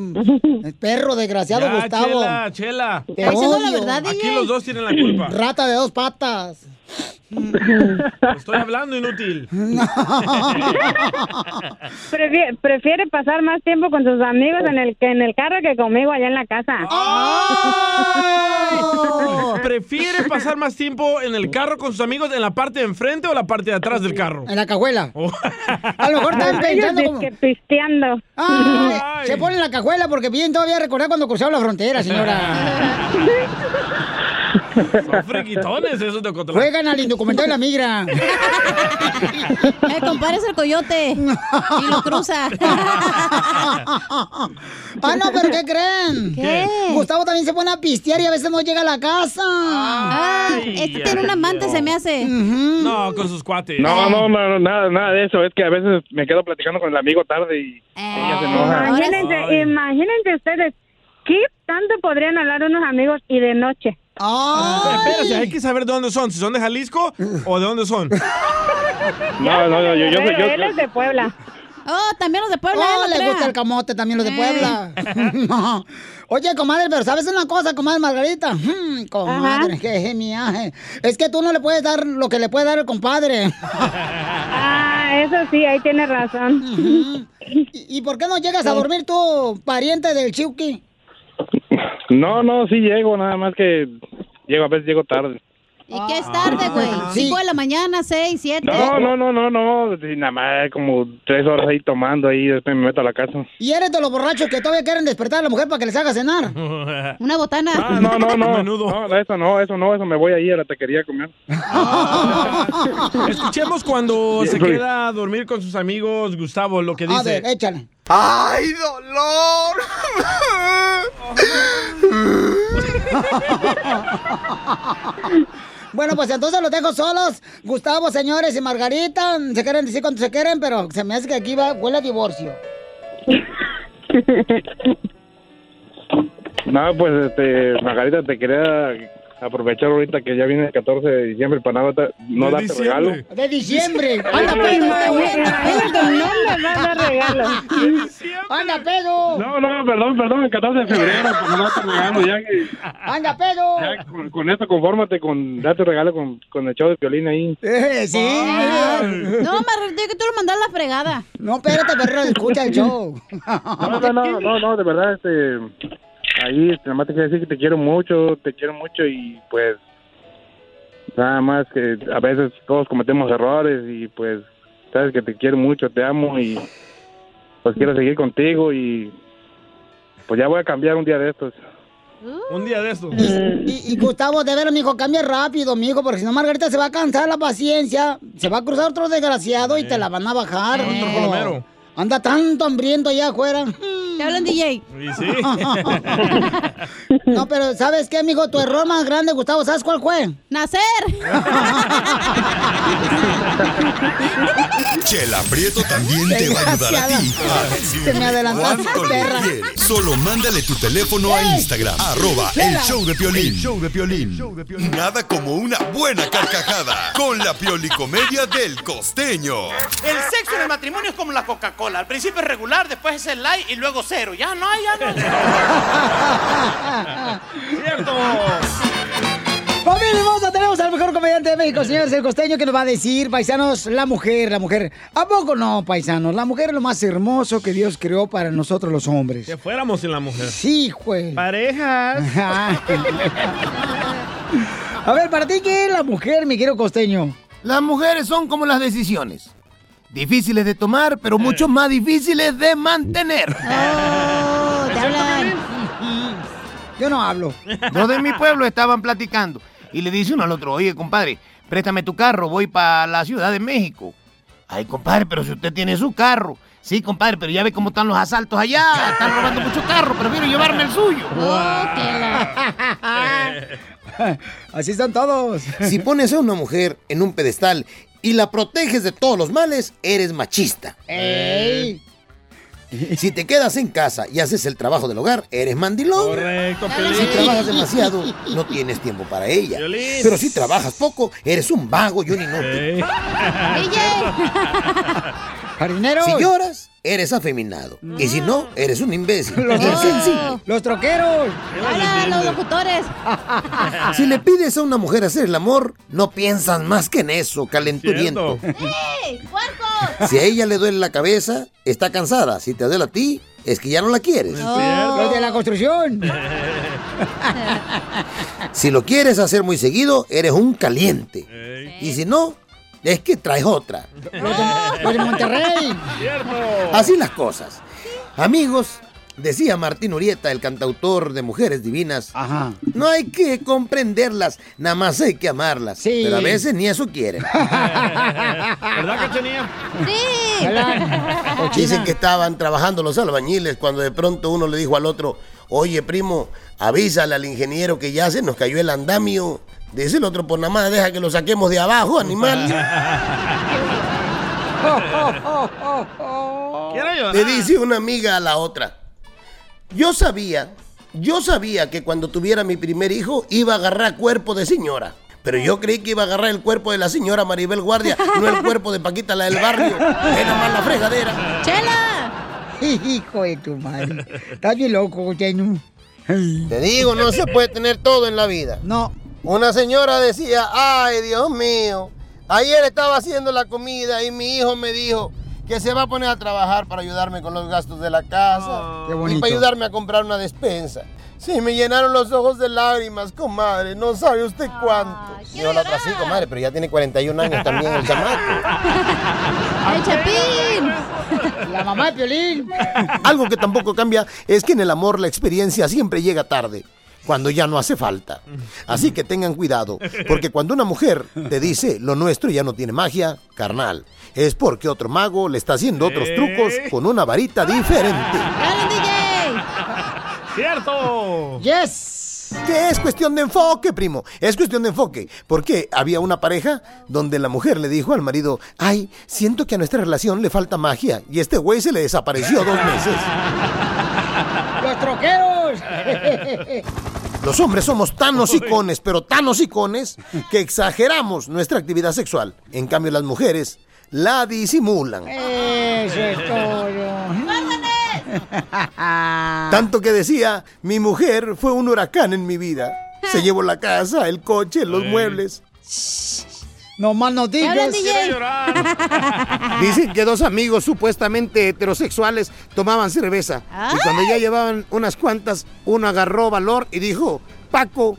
S1: perro desgraciado
S2: Ya,
S1: Gustavo.
S2: Chela, Chela.
S1: Te Está diciendo la odio. verdad,
S2: Aquí
S1: DJ.
S2: los dos tienen la culpa.
S1: Rata de dos patas.
S2: Estoy hablando inútil.
S6: Prefie- prefiere pasar más tiempo con sus amigos en el que en el carro que conmigo allá en la casa. Oh.
S2: ¿Prefiere pasar más tiempo en el carro con sus amigos en la parte de enfrente o la parte de atrás del carro?
S1: En la cajuela. A lo mejor están
S2: Ellos
S1: pensando
S2: dicen
S1: como...
S6: que pisteando.
S1: se pone en la cajuela porque bien todavía recordar cuando cruzaron la frontera, señora.
S2: Son friquitones esos de Ocotlán.
S1: Juegan al indocumentado de la migra.
S8: Eh, compares el coyote y lo cruza.
S1: Ah, no, pero ¿qué creen?
S8: ¿Qué?
S1: Gustavo también se pone a pistear y a veces no llega a la casa.
S8: Ah, este tiene un amante, se me hace.
S2: No, con sus cuates.
S23: No, no, no, no, nada, nada de eso. Es que a veces me quedo platicando con el amigo tarde y ella se enoja.
S6: Imagínense, imagínense ustedes qué tanto podrían hablar unos amigos y de noche.
S2: Espérate, hay que saber de dónde son. Si son de Jalisco o de dónde son.
S23: No, no, no, yo- yo soy- yo- Él es
S6: de Puebla.
S8: Oh, también los de Puebla.
S1: Oh,
S8: no
S1: le
S8: crea. Eh.
S1: gusta el camote también los de Puebla. No. Oye, comadre, pero ¿sabes una cosa, comadre Margarita? Hmm, comadre,
S10: Ajá.
S1: qué geniaje. Es que tú no le puedes dar lo que le puede dar el compadre.
S6: Ah, eso sí, ahí tiene razón.
S1: ¿Y, y por qué no llegas a dormir tú, pariente del Chiuki?
S23: No, no, sí llego, nada más que llego, a veces llego tarde.
S8: ¿Y qué es
S1: Ah.
S8: tarde, güey? Cinco de la mañana, seis, siete.
S23: No, no, no, no, no, sí, nada más como tres horas ahí tomando ahí, después me meto a la casa.
S1: Y eres de los borrachos que todavía quieren despertar a la mujer para que les haga cenar.
S8: Una botana.
S23: Ah, no, no, no, no, eso no, eso no, eso me voy ahí a la taquería a comer.
S2: Ah. Escuchemos cuando
S23: Sí,
S2: se
S23: soy-
S2: queda a dormir con sus amigos, Gustavo, lo que dice.
S1: A ver, échale.
S10: ¡Ay, dolor!
S1: Bueno, pues entonces los dejo solos. Gustavo, señores y Margarita, se quieren decir cuando se quieren, pero se me hace que aquí va, huele a divorcio.
S23: No, pues, este, Margarita, te quería aprovechar ahorita que ya viene el 14 de diciembre para nada, ta- no
S1: De
S23: darte
S1: diciembre.
S23: regalo.
S1: De diciembre.
S23: Anda, pedo, este güey.
S1: no me vas a dar regalo. Anda, pedo.
S23: No, no, perdón, perdón, el 14 de febrero, pues no darte regalo, ya que
S1: Anda, pedo.
S23: ya con, con esto confórmate con darte regalo con, con el show de violín ahí.
S1: Eh, sí.
S8: No, Margarita, yo que tú lo mandas a la fregada.
S1: No, espérate, perro, escucha el show.
S23: No, no, no, no, no, de verdad, este, ahí, este, nada más te quiero decir que te quiero mucho, te quiero mucho y pues, nada más que a veces todos cometemos errores y pues, sabes que te quiero mucho, te amo y pues quiero seguir contigo y pues ya voy a cambiar un día de estos.
S2: Un día de estos. Mm.
S1: Y, y Gustavo, de ver, mijo, cambia rápido, mijo, porque si no, Margarita se va a cansar la paciencia. Se va a cruzar otro desgraciado y te la van a bajar. mijo. Anda tanto hambriento allá afuera.
S8: Te hablan DJ.
S2: Y sí.
S1: No, pero ¿sabes qué, mijo? Tu error más grande, Gustavo, ¿sabes cuál fue?
S8: Nacer.
S7: Chela Prieto también te va a ayudar a ti. a
S1: Te me
S7: decirle
S1: adelantaste,
S7: cuánto le
S1: perra.
S7: quieres. Solo mándale tu teléfono a Instagram, arroba el
S1: Chela.
S7: show de Piolín. Nada como una buena carcajada con la piolicomedia del costeño.
S22: El sexo en el matrimonio es como la Coca-Cola. Al principio es regular, después es el light y luego cero. Ya no hay, ya no
S1: Familia hermosa, tenemos al mejor comediante de México, señores, el costeño, que nos va a decir, paisanos, la mujer, la mujer. ¿A poco no, paisanos? La mujer es lo más hermoso que Dios creó para nosotros los hombres.
S2: Que fuéramos sin la mujer.
S1: Sí, güey.
S2: Parejas.
S1: A ver, ¿para ti qué es la mujer, mi querido costeño?
S22: Las mujeres son como las decisiones. Difíciles de tomar, pero mucho más difíciles de mantener.
S1: Yo no hablo.
S22: Dos de mi pueblo estaban platicando y le dice uno al otro, oye, compadre, préstame tu carro, voy para la Ciudad de México. Ay, compadre, pero si usted tiene su carro. Sí, compadre, pero ya ve cómo están los asaltos allá. Están robando muchos carros, prefiero llevarme el suyo.
S1: Así están todos.
S15: Si pones a una mujer en un pedestal y la proteges de todos los males, eres machista.
S10: Eh,
S1: ¡Ey!
S15: Si te quedas en casa y haces el trabajo del hogar, eres mandilón.
S2: Correcto,
S15: Si trabajas demasiado, no tienes tiempo para ella. Pero si trabajas poco, eres un vago y un inútil.
S1: Jardinero.
S15: Si lloras, eres afeminado. Y si no, eres un imbécil. Insensible.
S1: Los troqueros.
S8: Hola, los locutores.
S15: Si le pides a una mujer hacer el amor, no piensas más que en eso, calenturiento.
S8: ¡Ey, puerco!
S15: Si a ella le duele la cabeza, está cansada. Si te duele a ti, es que ya no la quieres.
S1: Los de la construcción.
S15: Si lo quieres hacer muy seguido, eres un caliente. Y si no, es que traes otra.
S1: Los de, los de Monterrey.
S15: Así las cosas. Amigos, decía Martín Urieta, el cantautor de Mujeres Divinas, no hay que comprenderlas, nada más hay que amarlas. Pero a veces ni eso quieren.
S2: ¿Verdad, Cachanilla?
S8: Sí.
S15: Dicen que estaban trabajando los albañiles cuando de pronto uno le dijo al otro, oye primo, avísale al ingeniero que ya se nos cayó el andamio. Dice el otro, por nada más deja que lo saquemos de abajo, animal. Le dice una amiga a la otra. Yo sabía, yo sabía que cuando tuviera mi primer hijo iba a agarrar cuerpo de señora. Pero yo creí que iba a agarrar el cuerpo de la señora Maribel Guardia, no el cuerpo de Paquita, la del barrio. Era más la fregadera.
S1: ¡Chela! Hijo de tu madre. Estás bien loco, costeño.
S15: Te digo, no se puede tener todo en la vida.
S1: No.
S15: Una señora decía, ay Dios mío, ayer estaba haciendo la comida y mi hijo me dijo que se va a poner a trabajar para ayudarme con los gastos de la casa
S1: Ah. qué
S15: y
S1: bonito.
S15: para ayudarme a comprar una despensa. Sí, me llenaron los ojos de lágrimas, comadre, no sabe usted cuánto. Yo la otra sí, comadre, pero ya tiene 41 años también el chamaco.
S8: ¡El Chapín!
S1: La mamá de Piolín.
S15: Algo que tampoco cambia es que en el amor la experiencia siempre llega tarde, cuando ya no hace falta. Así que tengan cuidado, porque cuando una mujer te dice lo nuestro ya no tiene magia, carnal, es porque otro mago le está haciendo otros trucos con una varita diferente.
S2: ¡Cierto!
S1: ¡Yes!
S15: Que es cuestión de enfoque, primo. Es cuestión de enfoque. Porque había una pareja donde la mujer le dijo al marido, ay, siento que a nuestra relación le falta magia. Y este güey se le desapareció dos meses.
S1: ¡Los troqueros!
S15: Los hombres somos tan hocicones, pero tan hocicones, que exageramos nuestra actividad sexual. En cambio, las mujeres la disimulan.
S1: Eso es todo.
S15: Tanto que decía, mi mujer fue un huracán en mi vida. Se llevó la casa, el coche, los muebles.
S1: No más no digas.
S15: Dicen que dos amigos supuestamente heterosexuales tomaban cerveza. Y cuando ya llevaban unas cuantas, uno agarró valor y dijo, Paco,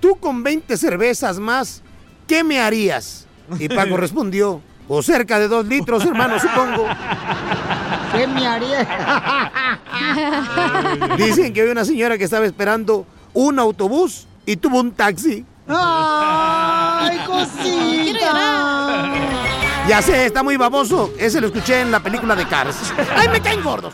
S15: tú con 20 cervezas más, ¿qué me
S22: "Pues
S15: harías? Y Paco respondió, o cerca de dos litros, hermano, supongo.
S1: ¿Qué me haría?
S22: Dicen que había una señora que estaba esperando un autobús y tuvo un taxi.
S1: ¡Ay, cosita!
S10: Quiero llorar.
S22: Ya sé, está muy baboso. Ese lo escuché en la película de Cars. ¡Ay, me caen gordos!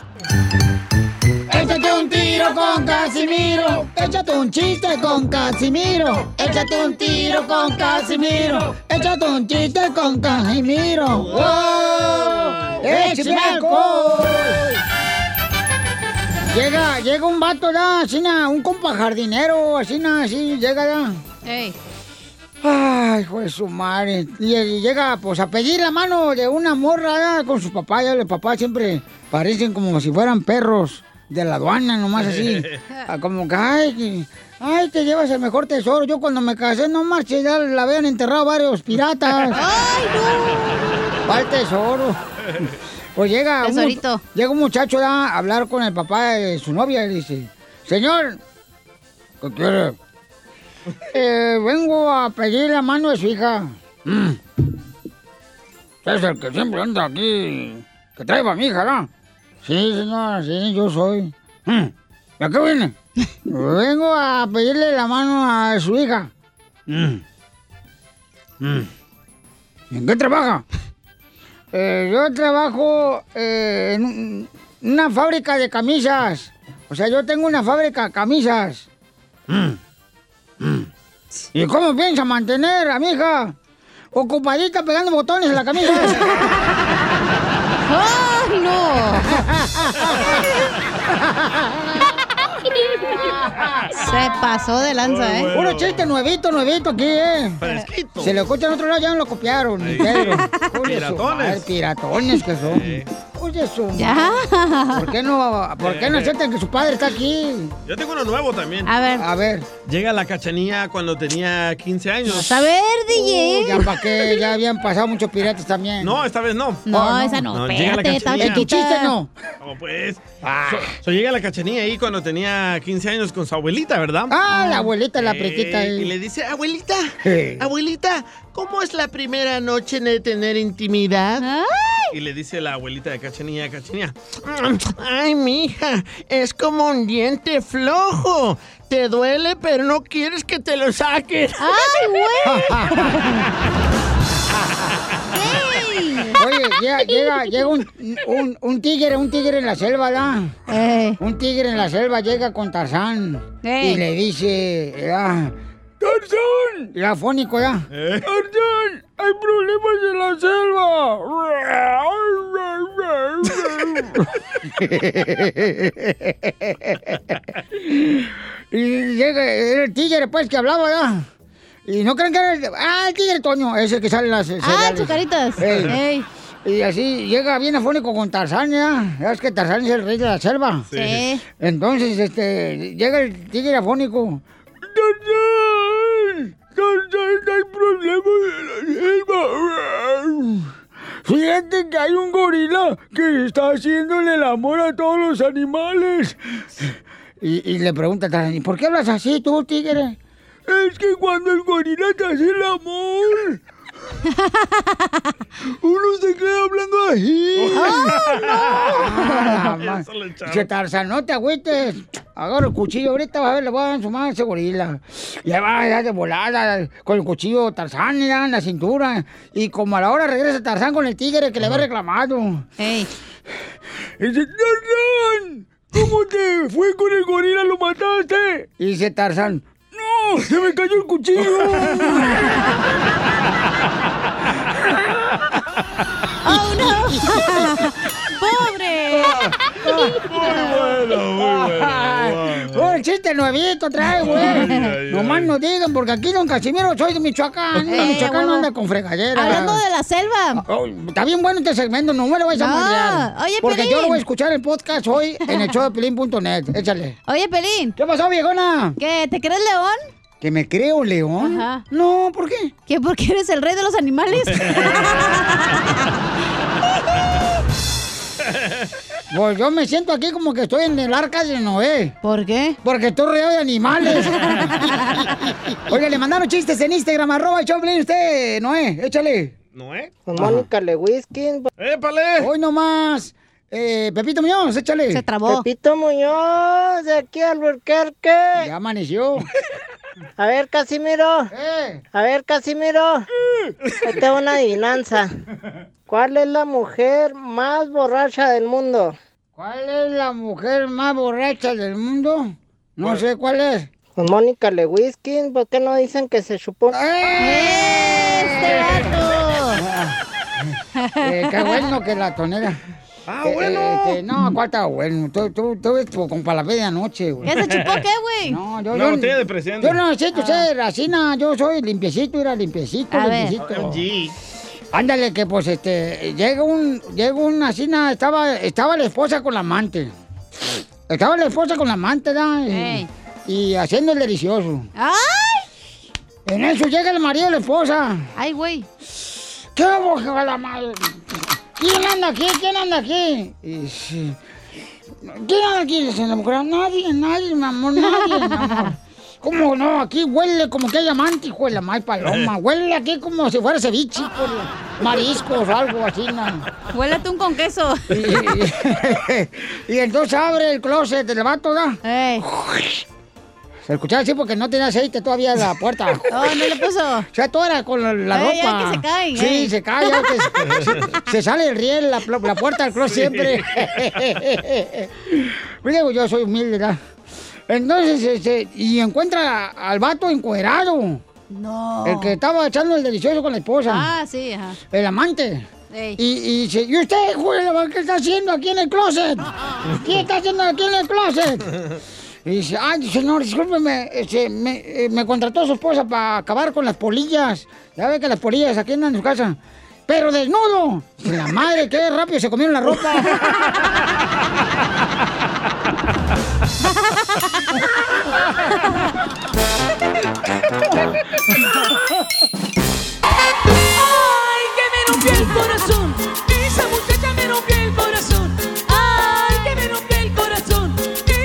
S1: Échate un tiro con Casimiro. Échate un chiste con Casimiro. Échate un tiro con Casimiro. Échate un chiste con Casimiro. Eh, ¡Wow! ¡Échame alcohol! Llega, llega un vato, ya, así, na, un compa jardinero, así, na, así, llega, ya. Ay, hijo de su madre. Y, y llega, pues, a pedir la mano de una morra ya, con sus papás. Ya los papás siempre parecen como si fueran perros de la aduana, nomás así. Ah, Como que, ay, que- ay, te llevas el mejor tesoro. Yo cuando me casé, no marché, ya la habían enterrado varios piratas. ¡Ay, no! ¿Cuál tesoro? Pues llega un,
S8: Tesorito.
S1: llega un muchacho ya, a hablar con el papá de su novia y le dice, señor, ¿qué quiere? Eh, vengo a pedir la mano de su hija. Es el que siempre anda aquí, que trae a mi hija, ¿no? Sí, señora, sí, yo soy. Mm, ¿Y a qué viene? Vengo a pedirle la mano a su hija. Mm. Mm. ¿Y ¿En qué trabaja? Eh, yo trabajo eh, en un- una fábrica de camisas. O sea, yo tengo una fábrica de camisas.
S10: Mm.
S1: ¿Y cómo piensa mantener a mi hija? Ocupadita pegando botones en la camisa. ¡Ay, no!
S8: Se pasó de lanza, ¿eh?
S1: Puro chiste nuevito, nuevito aquí, ¿eh?
S8: Fresquito.
S1: Se lo escucha en otro lado, ya no lo copiaron. Pedro. Oye, su
S10: Piratones.
S1: madre, piratones que son. Oye, su
S10: Ya.
S1: madre. ¿Por qué no, por qué no
S2: Eh.
S1: aceptan que su padre está aquí?
S2: Yo tengo uno nuevo también.
S1: A ver. Ah. A ver.
S2: Llega la cachanilla cuando tenía 15 años.
S1: A ver, DJ. Oh, ya para qué, ya habían pasado muchos piratas también. Ah,
S2: No, esta vez no.
S1: No, esa no,
S2: llega la
S1: espérate, está
S2: Cachanilla.
S1: En tu chiste no.
S2: No, pues.
S1: Ah.
S2: So- so llega la cachanilla ahí cuando tenía 15 años con su abuelita, ¿verdad?
S1: Ah, la abuelita, la prietita ahí.
S2: Eh, Y le dice, abuelita,
S1: Eh.
S2: abuelita, ¿cómo es la primera noche de tener intimidad? Y le dice la abuelita de cachanilla, cachanilla.
S3: Ay, mija, es como un diente flojo. Te duele, pero no quieres que te lo saquen.
S1: ¡Ay, Oye, llega, llega, llega un, un- un tigre, un tigre en la selva, ¿verdad? Un tigre en la selva llega con Tarzán
S10: Ey.
S1: y le dice, ah, ¡Tarzán! Y afónico, ¿ya?
S10: Eh.
S1: ¡Tarzán! ¡Hay problemas en la selva! y llega era el tigre, pues, que hablaba, ¿verdad? Y no creen que era el... ¡Ah, el tigre Toño! Ese que sale en las...
S8: Ah,
S1: cereales.
S8: chucaritas.
S1: Ey.
S8: Ey.
S1: Y así llega bien afónico con Tarzán, ¿ya? Ya Es que Tarzán es el rey de la selva.
S8: Sí. Sí.
S1: Entonces, este, llega el tigre afónico. ¡Tarzán! ¡Tarzán, hay problemas en la selva! Fíjate que hay un gorila que está haciéndole el amor a todos los animales. Y, y le pregunta a Tarzán, ¿y por qué hablas así tú, tigre? Es que cuando el gorila te hace el amor, uno se queda hablando así. Ah, la
S10: Eso le
S1: ma-
S10: echaron.
S1: Dice, Tarzán, no te agüites. Agarra el cuchillo ahorita, vas a ver, le voy a dar en su madre a ese gorila. Ya va, ya de volada, con el cuchillo Tarzán, mira, en la cintura. Y como a la hora regresa Tarzán con el tigre que le había reclamado. Y dice, Tarzán, ¿cómo te fue con el gorila? ¿Lo mataste? Y dice Tarzán, ¡no! ¡Se me cayó el cuchillo!
S10: ¡Oh, no! ¡Pobre!
S1: Ah,
S10: Muy bueno, muy bueno.
S1: Oh, el chiste nuevito trae,
S10: Ay, ay,
S1: güey. Nomás no digan, porque aquí don Casimiro soy de Michoacán.
S8: Eh,
S1: y Michoacán
S8: huevo.
S1: no anda con fregadera.
S8: Hablando de la selva.
S1: Ah, Está bien bueno este segmento, no me lo vais a
S8: No,
S1: madrear.
S8: oye,
S1: Porque
S8: Pelín.
S1: yo lo voy a escuchar el podcast hoy en el show de Pelín.net. Échale. Oye, Pelín. ¿Qué pasó, viejona?
S8: ¿Qué? ¿Te crees león?
S1: ¿Que me creo león? No, ¿por qué?
S8: ¿Que porque eres el rey de los animales?
S1: Pues yo me siento aquí como que estoy en el arca de Noé.
S8: ¿Por qué?
S1: Porque estoy rodeado de animales. Oiga, le mandaron chistes en Instagram, arroba el show de Pelín, usted, Noé, échale.
S2: ¿No, eh?
S1: Con Mónica Lewinsky.
S2: ¡Épale!
S1: Hoy nomás. Eh, Pepito Muñoz, échale. Se trabó.
S12: Pepito Muñoz, de aquí al Burquerque.
S1: Ya amaneció. Eh.
S12: A ver, Casimiro. A ver, Casimiro. Ahí te va una adivinanza. ¿Cuál es la mujer más borracha del mundo?
S1: ¿Cuál es la mujer más borracha del mundo? No sé cuál es.
S12: Pues Mónica Lewinsky, ¿por qué no dicen que se chupó?
S1: ¡Eh! ¡Este Eh, qué bueno que la tonera. Ah,
S12: bueno.
S1: no, ¿cuál está bueno? Tú, tú, tú ves como para la media noche, güey.
S2: ¿Ya se chupó qué,
S1: güey? No, yo,
S2: Una
S1: yo-
S2: botella de presidente.
S1: Yo no necesito
S8: Ah.
S1: ser racina, yo soy limpiecito, era limpiecito,
S2: A ver.
S1: limpiecito.
S10: Ah,
S2: OMG.
S1: Ándale, que pues este, llega un, llega una cena, estaba, estaba la esposa con la amante. Estaba la esposa con la amante, ¿da? Y, y haciendo el delicioso.
S8: Ah.
S1: ¡Ay! En eso llega el marido de la esposa. ¡Ay, güey! ¿Qué hago, hija de la madre? ¿Quién anda aquí? ¿Quién anda aquí? Y sí, ¿Quién anda aquí? Dice la mujer. Nadie, nadie, mi amor, nadie, mi amor. ¿Cómo no? Aquí huele como que hay amante, hijo de la mal paloma. Huele aquí como si fuera ceviche, hijo de- mariscos, algo así, ¿no? Huele atún con queso. Y, y- y entonces abre el closet del vato, ¿da? Se escuchaba así porque no tenía aceite todavía la puerta.
S8: Oh, no le puso.
S1: O sea, todo era con la, la
S8: Ey, ya
S1: ropa.
S8: que se caen, eh.
S1: Sí,
S8: ey.
S1: se cae. ya que se, se- se sale el riel, la, pl- la puerta del closet
S8: Sí.
S1: siempre. Pues Digo, yo soy humilde, ¿verdad? Entonces, este, y encuentra al vato encuerado.
S8: No.
S1: El que estaba echando el delicioso con la esposa.
S8: Oh. Ah, sí, ajá.
S1: El amante.
S8: Ey.
S1: Y, y dice, ¿y usted, Julio, qué está haciendo aquí en el closet? ¿Qué está haciendo aquí en el closet? Y dice, ay, señor, discúlpeme, este, me, eh, me contrató su esposa para acabar con las polillas. Ya ve que las polillas aquí andan en su casa. Pero desnudo. Dice, la madre, qué rápido se comieron la ropa.
S10: Ay, que me rompió el corazón. Esa muchacha me rompió el corazón. Ay, que me rompió el corazón.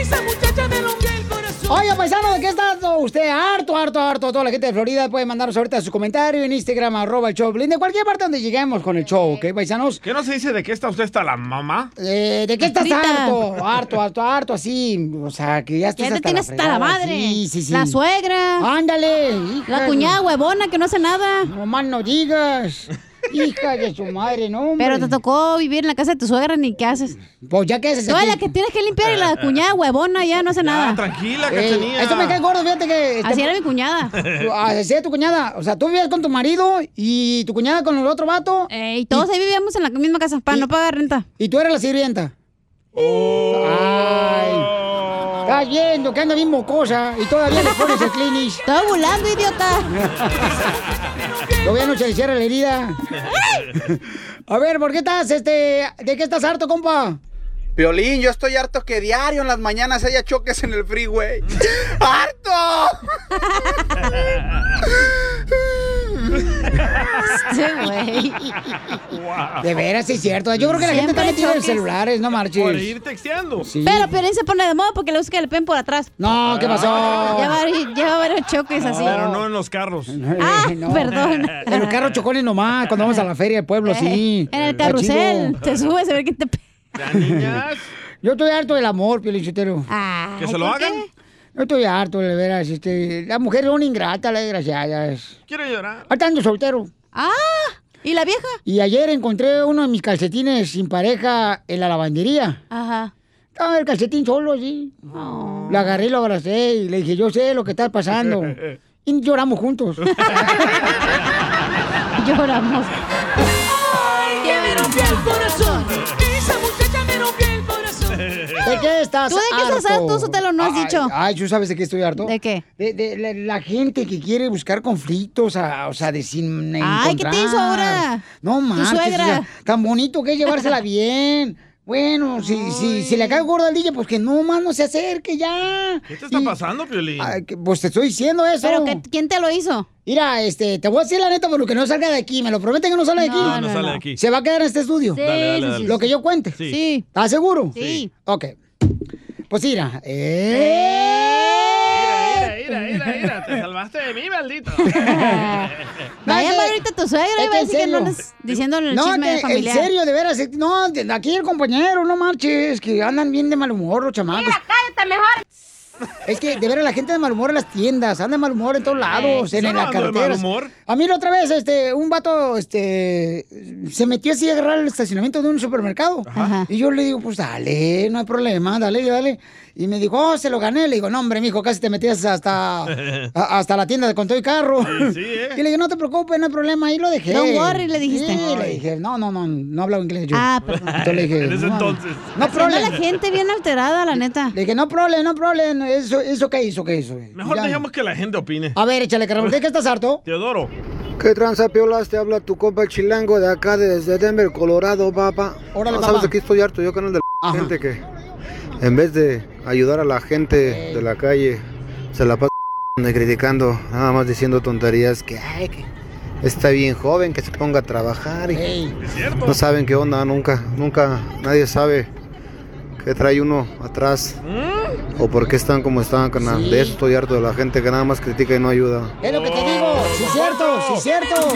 S10: Esa muchacha me rompió el corazón.
S1: Oiga, paisano, ¿de qué está harto usted? Harto, harto, harto. Toda la gente de Florida puede mandarnos ahorita su comentario en Instagram, arroba el show. de Piolín, De cualquier parte donde lleguemos con el show, ¿ok, paisanos?
S2: ¿Qué no se dice de qué está usted está la mamá?
S1: Eh, ¿De qué estás
S2: Grita.
S1: harto? Harto, harto, harto, así. O sea, que ya estás
S8: Ya te
S1: hasta
S8: tienes hasta la
S1: fregada.
S8: madre.
S1: Sí, sí, sí.
S8: La suegra.
S1: Ándale.
S8: La cuñada huevona que no hace nada.
S1: No más no digas. Hija de su madre, no.
S8: Pero te tocó vivir en la casa de tu suegra ni qué haces.
S1: Pues ya qué haces.
S8: Tú eres
S1: aquí?
S8: la que tienes que limpiar y la cuñada huevona ya no hace nada.
S2: Eh. Tranquila,
S1: Ey,
S2: Cachanilla.
S1: esto me cae gordo, fíjate que. este Ah,
S8: Así era mi cuñada.
S1: Así era tu cuñada. O sea, tú vivías con tu marido y tu cuñada con el otro vato.
S8: y todos ahí vivíamos en la misma casa para no pagar renta.
S1: Y tú eras la sirvienta.
S2: Oh.
S1: Ay. Estás viendo que anda bien mocosa y todavía le pones el clinic.
S8: Estaba volando, idiota.
S1: Todavía no se le cierra la herida. A ver, ¿por qué estás, este, de qué estás harto, compa?
S11: Violín, yo estoy harto que diario en las mañanas haya choques en el freeway. ¡Harto!
S8: Este
S1: De veras, sí es cierto. Yo creo que la gente
S8: Siempre
S1: está metida en los
S8: choques.
S1: celulares, no marches.
S2: Por ir texteando.
S8: Pero Piolín se pone de moda porque le busca el pen por atrás. Ah.
S1: No, ¿qué pasó?
S8: Ya va, ya va varios choques así.
S2: Pero no en los carros.
S8: Ah, perdón. Eh,
S1: En los carros chocones nomás, cuando vamos a la feria del pueblo, sí.
S8: En el
S1: Está
S8: carrusel.
S1: chido.
S8: Te subes a ver qué te... pe-
S1: Yo estoy harto del amor, Piolichotero.
S8: ¿Que se lo ¿por qué? hagan?
S1: Yo estoy harto, de veras. Este, las mujeres son ingratas, las desgraciadas.
S2: Quiero llorar.
S1: Ahorita ando soltero.
S8: Ah, ¿y la vieja?
S1: Y ayer encontré uno de mis calcetines sin pareja en la lavandería.
S8: Ajá.
S1: Estaba el calcetín solo así. Lo agarré y lo abracé y le dije, yo sé lo que está pasando. y lloramos juntos.
S8: lloramos.
S10: Ay, que me rompió el corazón. Esa muchacha me rompió el corazón.
S1: ¿De qué estás
S8: ¿Tú de qué estás harto? Eso te lo no has
S1: Ay,
S8: dicho.
S1: Ay, ¿tú sabes de qué estoy harto?
S8: ¿De qué?
S1: De, de la, la gente que quiere buscar conflictos, a- o sea, de sin
S8: Ay, ¿qué
S1: encontrar.
S8: te hizo ahora?
S1: No
S8: Tu
S1: manches, o
S8: suegra.
S1: sea, tan bonito que es llevársela bien. Bueno, si, si, si le cae gordo al DJ, pues que no más no se acerque ya.
S2: ¿Qué te está pasando, Piolín?
S1: Ay, que- pues te estoy diciendo eso.
S8: ¿Pero que- quién te lo hizo?
S1: Mira, este, te voy a decir la neta, pero que no salga de aquí. Me lo prometen que no sale de
S8: No,
S1: aquí.
S8: no No, no sale no. de
S2: aquí.
S1: Se va a quedar en este estudio.
S8: Sí, Dale, dale, sí, dale.
S1: Lo que yo cuente.
S8: Sí. Sí.
S1: ¿Estás seguro?
S8: Sí.
S1: Ok. Pues mira. eh,
S8: Mira,
S2: mira, mira, te salvaste de mí, maldito.
S8: Vaya mal ahorita tu suegra,
S1: Es
S8: iba a
S1: que en
S8: decir que no
S1: serio.
S8: andes diciéndole el
S1: No,
S8: chisme
S1: que, en
S8: familiar.
S1: serio, de veras. eh, No, de- aquí el compañero, no marches, que andan bien de mal humor los chamacos. cállate mejor. Es que, de veras, la gente de mal humor en las tiendas, anda de mal humor en todos lados,
S2: Eh,
S1: en,
S2: yo
S1: en
S2: no
S1: las
S2: ando de mal
S1: carreteras.
S2: humor.
S1: A mí la otra vez, este, un vato, este, se metió así a agarrar el estacionamiento de un supermercado. Y yo le digo, pues dale, no hay problema, dale, dale. Y me dijo, oh, se lo gané. Le digo, no, hombre, mijo, casi te metías hasta, a- hasta la tienda con todo el carro.
S10: sí,
S1: Y le dije, no te preocupes, no hay problema, ahí lo dejé.
S8: Don't worry, le dijiste.
S1: Sí, le dije, no, no, no, no hablaba inglés yo.
S8: Ah, perdón.
S1: Entonces le dije,
S10: En ese
S1: no,
S10: entonces.
S1: No
S8: Haciendo
S1: problem.
S8: la gente bien alterada, la neta.
S1: Le dije, no problem, no problem, eso, eso que hizo, que hizo.
S2: Mejor dejemos que la gente opine.
S1: A ver, échale, carnal, ¿de qué estás harto?
S2: Teodoro.
S13: ¿Qué tranza, piolas? Te habla tu compa el chilango de acá, desde Denver, Colorado, papá.
S1: Órale,
S13: No Ah, sabes
S1: papá.
S13: de qué estoy harto, yo canal de la gente que en vez de ayudar a la gente de la calle, se la pasa criticando, nada más diciendo tonterías que, ay, que está bien joven, que se ponga a trabajar y no saben qué onda, nunca, nunca, nadie sabe qué trae uno atrás
S15: ¿Mm?
S13: o por qué están como están, canal. De eso estoy harto de la gente que nada más critica y no ayuda.
S1: Es lo que te digo, sí es cierto, sí es cierto.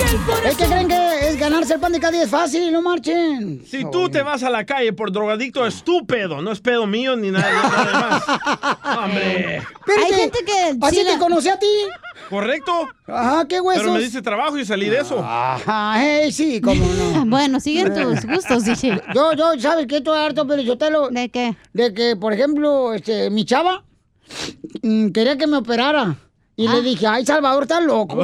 S1: Es que creen que es ganarse el pan de cada día es fácil, no marchen.
S2: Si tú te vas a la calle por drogadicto, es tu pedo, no es pedo mío ni nada, nada más. Hombre.
S1: Hay gente que... Así te conocí a ti.
S2: ¿Correcto?
S1: Ajá, qué huesos.
S2: Pero me dice trabajo y salí de eso.
S1: Ajá, hey, sí, cómo no.
S8: bueno, siguen tus gustos, dije.
S1: Yo, yo, ¿sabes qué? Estoy harto, pero yo te lo...
S8: ¿De qué?
S1: De que, por ejemplo, este, mi chava mm, quería que me operara. Y
S8: Ah.
S1: le dije, ay, Salvador, estás loco.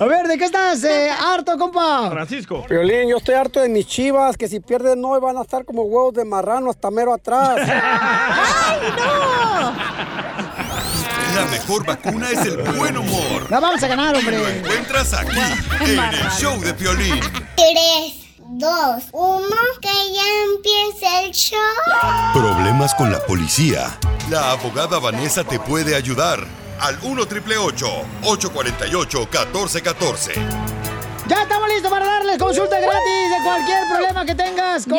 S1: A ver, ¿de qué estás eh, harto, compa?
S2: Francisco.
S14: Violín, yo estoy harto de mis chivas, que si pierden hoy van a estar como huevos de marrano hasta mero atrás.
S7: La mejor vacuna es el buen humor.
S1: La vamos a ganar,
S7: Lo
S1: hombre.
S7: encuentras aquí, en el show de Piolín.
S16: 3, 2, 1, que ya empiece el show.
S7: Problemas con la policía. La abogada Vanessa te puede ayudar. Al 1 triple 848 1414.
S1: Ya estamos listos para darles consulta gratis de cualquier problema que tengas con,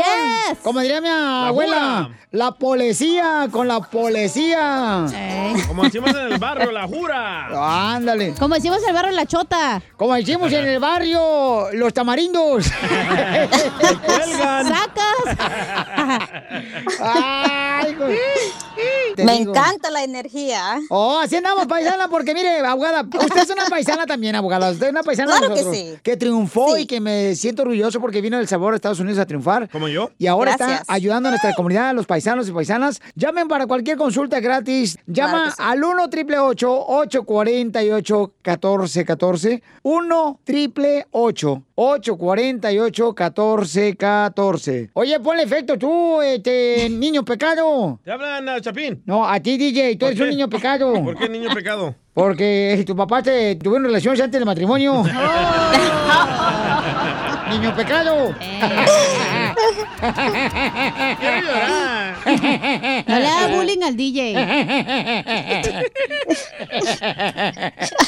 S1: como diría mi abuela, la policía, con la policía.
S2: Como decimos en el barrio, la jura.
S1: Ándale.
S8: Como decimos en el barrio La Chota.
S1: Como decimos en el barrio Los Tamarindos. Ay, güey. Te
S24: Me
S1: digo.
S24: encanta la energía.
S1: Oh, así andamos, paisana, porque mire, abogada, usted es una paisana también, abogada. Usted es una paisana de
S24: Claro que
S1: nosotros,
S24: sí.
S1: Que triunfó y que me siento orgulloso porque vino del sabor a Estados Unidos a triunfar. Como yo. Y ahora
S24: Gracias.
S1: está ayudando a nuestra comunidad, a los paisanos y paisanas. Llamen para cualquier consulta gratis. Llama al 1 888 848 1414 1 888 848 1414 Oye, ponle efecto tú, este niño pecado.
S2: ¿Te hablan, ah, Chapín?
S1: No, a ti, DJ, tú
S2: ¿Por
S1: eres
S2: qué?
S1: un niño pecado.
S2: ¿Por qué niño pecado?
S1: Porque eh, tu papá te tuvieron relaciones antes del matrimonio.
S8: Oh.
S1: Niño pecado.
S8: Eh.
S10: Quiero llorar.
S8: No le haga bullying al DJ.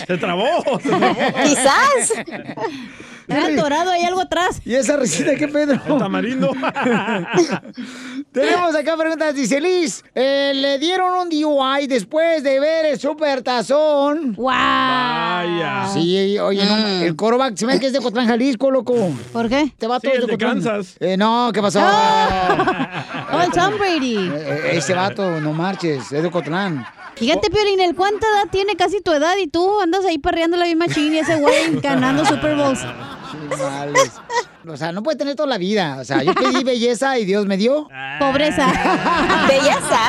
S2: Se trabó, se trabó.
S8: Quizás. Está atorado, hay algo atrás.
S1: ¿Y esa recita qué, Pedro? El
S2: tamarindo.
S1: Tenemos acá preguntas. Dice Liz, eh, le dieron un DUI después de ver el supertazón. ¡Wow!
S2: Vaya.
S1: Sí, oye, no, el coreback se ve que es de Cotlán, Jalisco, loco.
S8: Mm. ¿Por qué?
S1: Te va
S8: Sí,
S1: todo
S8: el de
S2: Kansas.
S1: Eh, no, ¿qué pasó?
S8: Oh, Tom Brady.
S1: Eh, Ese vato, no marches, es de Cotlán.
S8: Fíjate, Piolín, ¿el cuánta edad tiene casi tu edad y tú andas ahí parreando la misma china y ese güey ganando Super Bowls?
S1: Chimales. O sea, no puede tener toda la vida. O sea, yo pedí belleza y Dios me dio.
S8: Ah. Pobreza.
S1: Belleza.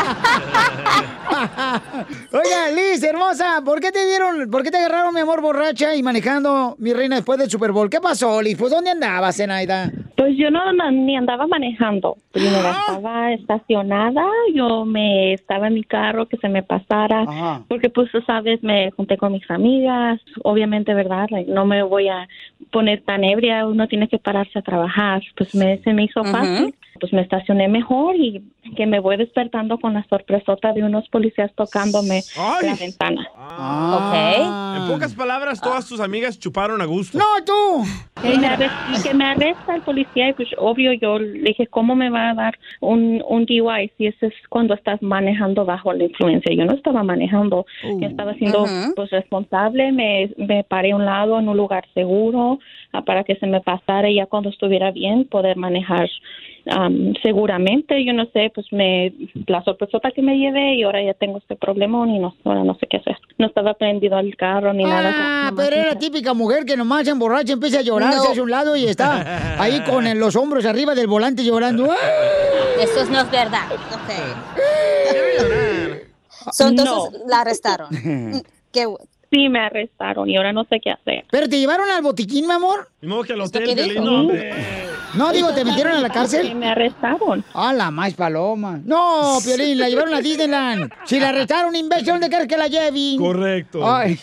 S1: Oiga, Liz, hermosa, ¿por qué te dieron, por qué te agarraron, mi amor, borracha y manejando mi reina después del Super Bowl? ¿Qué pasó, Liz? Pues, ¿dónde andabas, Zenaida?
S24: Pues yo no, no- ni andaba manejando. Primero
S1: Ah.
S24: estaba estacionada, yo me estaba en mi carro que se me pasara, porque pues tú sabes, me junté con mis amigas, obviamente, ¿verdad? Like, no me voy a poner tan ebria, uno tiene que pararse a trabajar, pues me, se me hizo fácil. pues me estacioné mejor y que me voy despertando con la sorpresota de unos policías tocándome la ventana.
S2: Ah. En pocas palabras, todas tus amigas chuparon a gusto.
S1: ¡No, tú!
S24: Y, me arres- y que me arresta el policía y pues obvio yo le dije, ¿cómo me va a dar un, un DUI si ese es cuando estás manejando bajo la influencia? Yo no estaba manejando,
S1: Uh,
S24: yo estaba siendo
S17: Ajá.
S24: pues responsable, me, me paré a un lado en un lugar seguro ah, para que se me pasara y ya cuando estuviera bien poder manejar am, seguramente, yo no sé, pues me la sorpresota que me llevé y ahora ya tengo este problemón y no, ahora no sé qué hacer. No estaba prendido al carro ni nada.
S1: Ah, pero era la típica mujer que nomás se emborracha, empieza a llorar,
S24: No.
S1: se hace a un lado y está ahí con el- los hombros arriba del volante llorando.
S18: Eso no es verdad.
S1: Ah.
S18: Ok. So, entonces la arrestaron. Qué bu-
S24: Sí, me arrestaron y ahora no sé qué hacer.
S1: ¿Pero te llevaron al botiquín, mi amor?
S2: No, que el
S1: qué
S2: hotel,
S1: dijo?
S2: Piolín, no, hombre.
S1: No, digo, ¿te metieron a la
S24: Sí,
S1: cárcel?
S24: me arrestaron.
S1: A la más paloma. No, Piolín, la llevaron a Disneyland. Si la arrestaron, imbécil, ¿dónde quieres que la lleven?
S2: Correcto.
S1: Ay.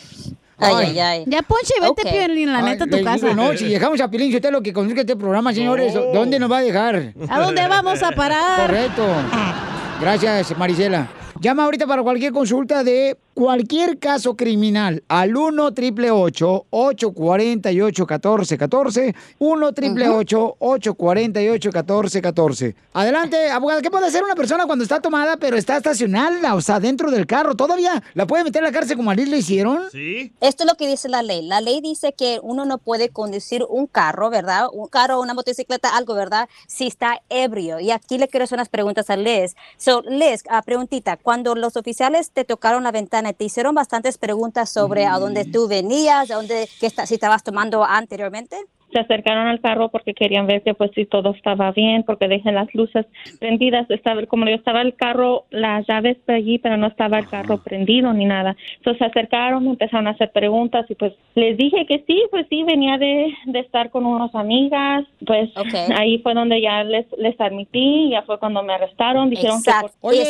S18: Ay, ay, ay.
S1: Ya, Ponche,
S18: vete, Ok. Piolín, la
S1: neta, tu casa. no, si dejamos a Piolín usted lo que conduzca este programa, señores, ¿dónde nos va a dejar?
S18: ¿A dónde vamos a parar?
S1: Correcto. Gracias, Marisela. Llama ahorita para cualquier consulta de cualquier caso criminal al 1 triple 848 1414 1 triple 848 1414 Adelante, abogada. ¿Qué puede hacer una persona cuando está tomada pero está estacionada, o sea, dentro del carro? ¿Todavía la puede meter a la cárcel como a Liz le hicieron?
S2: Sí.
S18: Esto es lo que dice la ley. La ley dice que uno no puede conducir un carro, ¿verdad? Un carro, una motocicleta, algo, ¿verdad? Si está ebrio. Y aquí le quiero hacer unas preguntas a Liz. So, Liz, ah, preguntita. Cuando los oficiales te tocaron la ventana, te hicieron bastantes preguntas sobre a dónde tú venías, a dónde, qué esta- si estabas tomando anteriormente.
S24: Se acercaron al carro porque querían ver que pues si todo estaba bien, porque dejé las luces prendidas. Estaba, como yo estaba el carro, las llaves por allí, pero no estaba el carro prendido ni nada. Entonces se acercaron, empezaron a hacer preguntas y pues les dije que sí, pues sí, venía de, de estar con unas amigas. Pues ahí fue donde ya les, les admití, ya fue cuando me arrestaron. Dijeron que... por-
S1: Oye,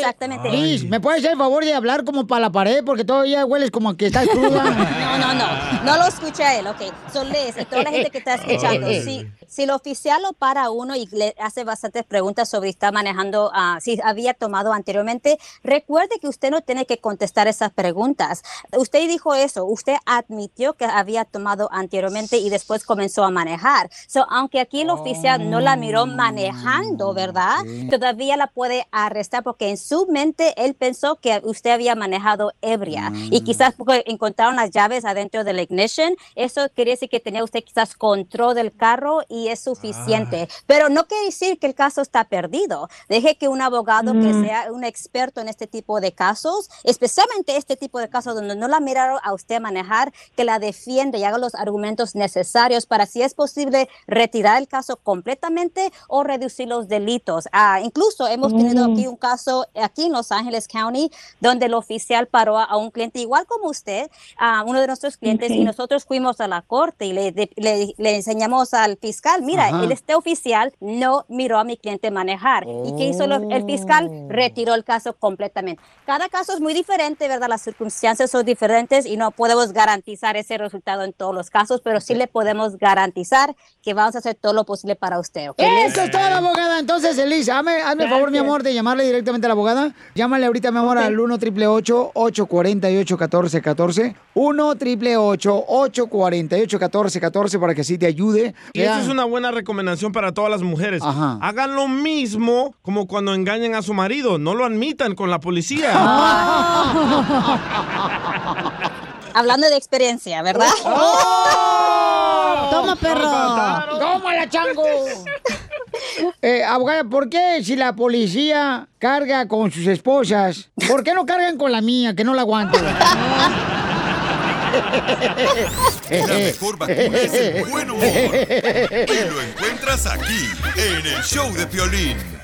S1: Liz, ¿me puedes hacer el favor de hablar como para la pared? Porque todavía hueles como que estás cruda.
S18: No, no, no. No lo escucha él, ok. So, Liz, y toda la gente que está escuchando,
S1: Ay.
S18: si, si el oficial lo para a uno y le hace bastantes preguntas sobre si está manejando, ah, si había tomado anteriormente, recuerde que usted no tiene que contestar esas preguntas. Usted dijo eso, usted admitió que había tomado anteriormente y después comenzó a manejar. So, aunque aquí el oficial no la miró manejando, ¿verdad? Todavía la puede arrestar porque en su mente él pensó que usted había manejado ebria y quizás porque encontraron las llaves adentro del ignition, eso quería decir que tenía usted quizás control del carro y es suficiente. Pero no quiere decir que el caso está perdido. Deje que un abogado que
S17: Mm.
S18: sea un experto en este tipo de casos, especialmente este tipo de casos donde no la miraron a usted manejar, que la defiende y haga los argumentos necesarios para si es posible retirar el caso completamente o reducir los delitos. Ah, incluso hemos tenido
S17: Mm.
S18: aquí un caso aquí en Los Ángeles County donde el oficial paró a, a un cliente igual como usted, a uno de nuestros clientes y
S17: Ok.
S18: nosotros fuimos a la corte y le, de- le- le enseñamos al fiscal, mira,
S17: Ajá.
S18: él este oficial no miró a mi cliente manejar. ¿Y qué hizo lo- el
S1: Oh.
S18: fiscal? Retiró el caso completamente. Cada caso es muy diferente, ¿verdad? Las circunstancias son diferentes y no podemos garantizar ese resultado en todos los casos, pero sí le podemos garantizar que vamos a hacer todo lo posible para usted. ¿ok?
S1: Eso es todo, abogada. Entonces, Elisa, hazme, hazme el favor, mi
S18: Gracias.
S1: amor, de llamarle directamente a la abogada. Llámale ahorita, mi amor, al 1 888 848 1414 1 888 848 1414 para que así te ayude.
S2: Y esa
S1: Ya.
S2: es una buena recomendación para todas las mujeres. Hagan lo mismo como cuando engañan a su marido. No lo admitan con la policía.
S24: Ah.
S18: Hablando de experiencia, ¿verdad?
S1: Oh. ¡Toma, perro! ¡Tómala, chango! Eh, abogada, ¿por qué si la policía carga con sus esposas, ¿por qué no cargan con la mía, que no la aguanto?
S7: La mejor vacuna es el buen humor. Y lo encuentras aquí, en el show de Piolín.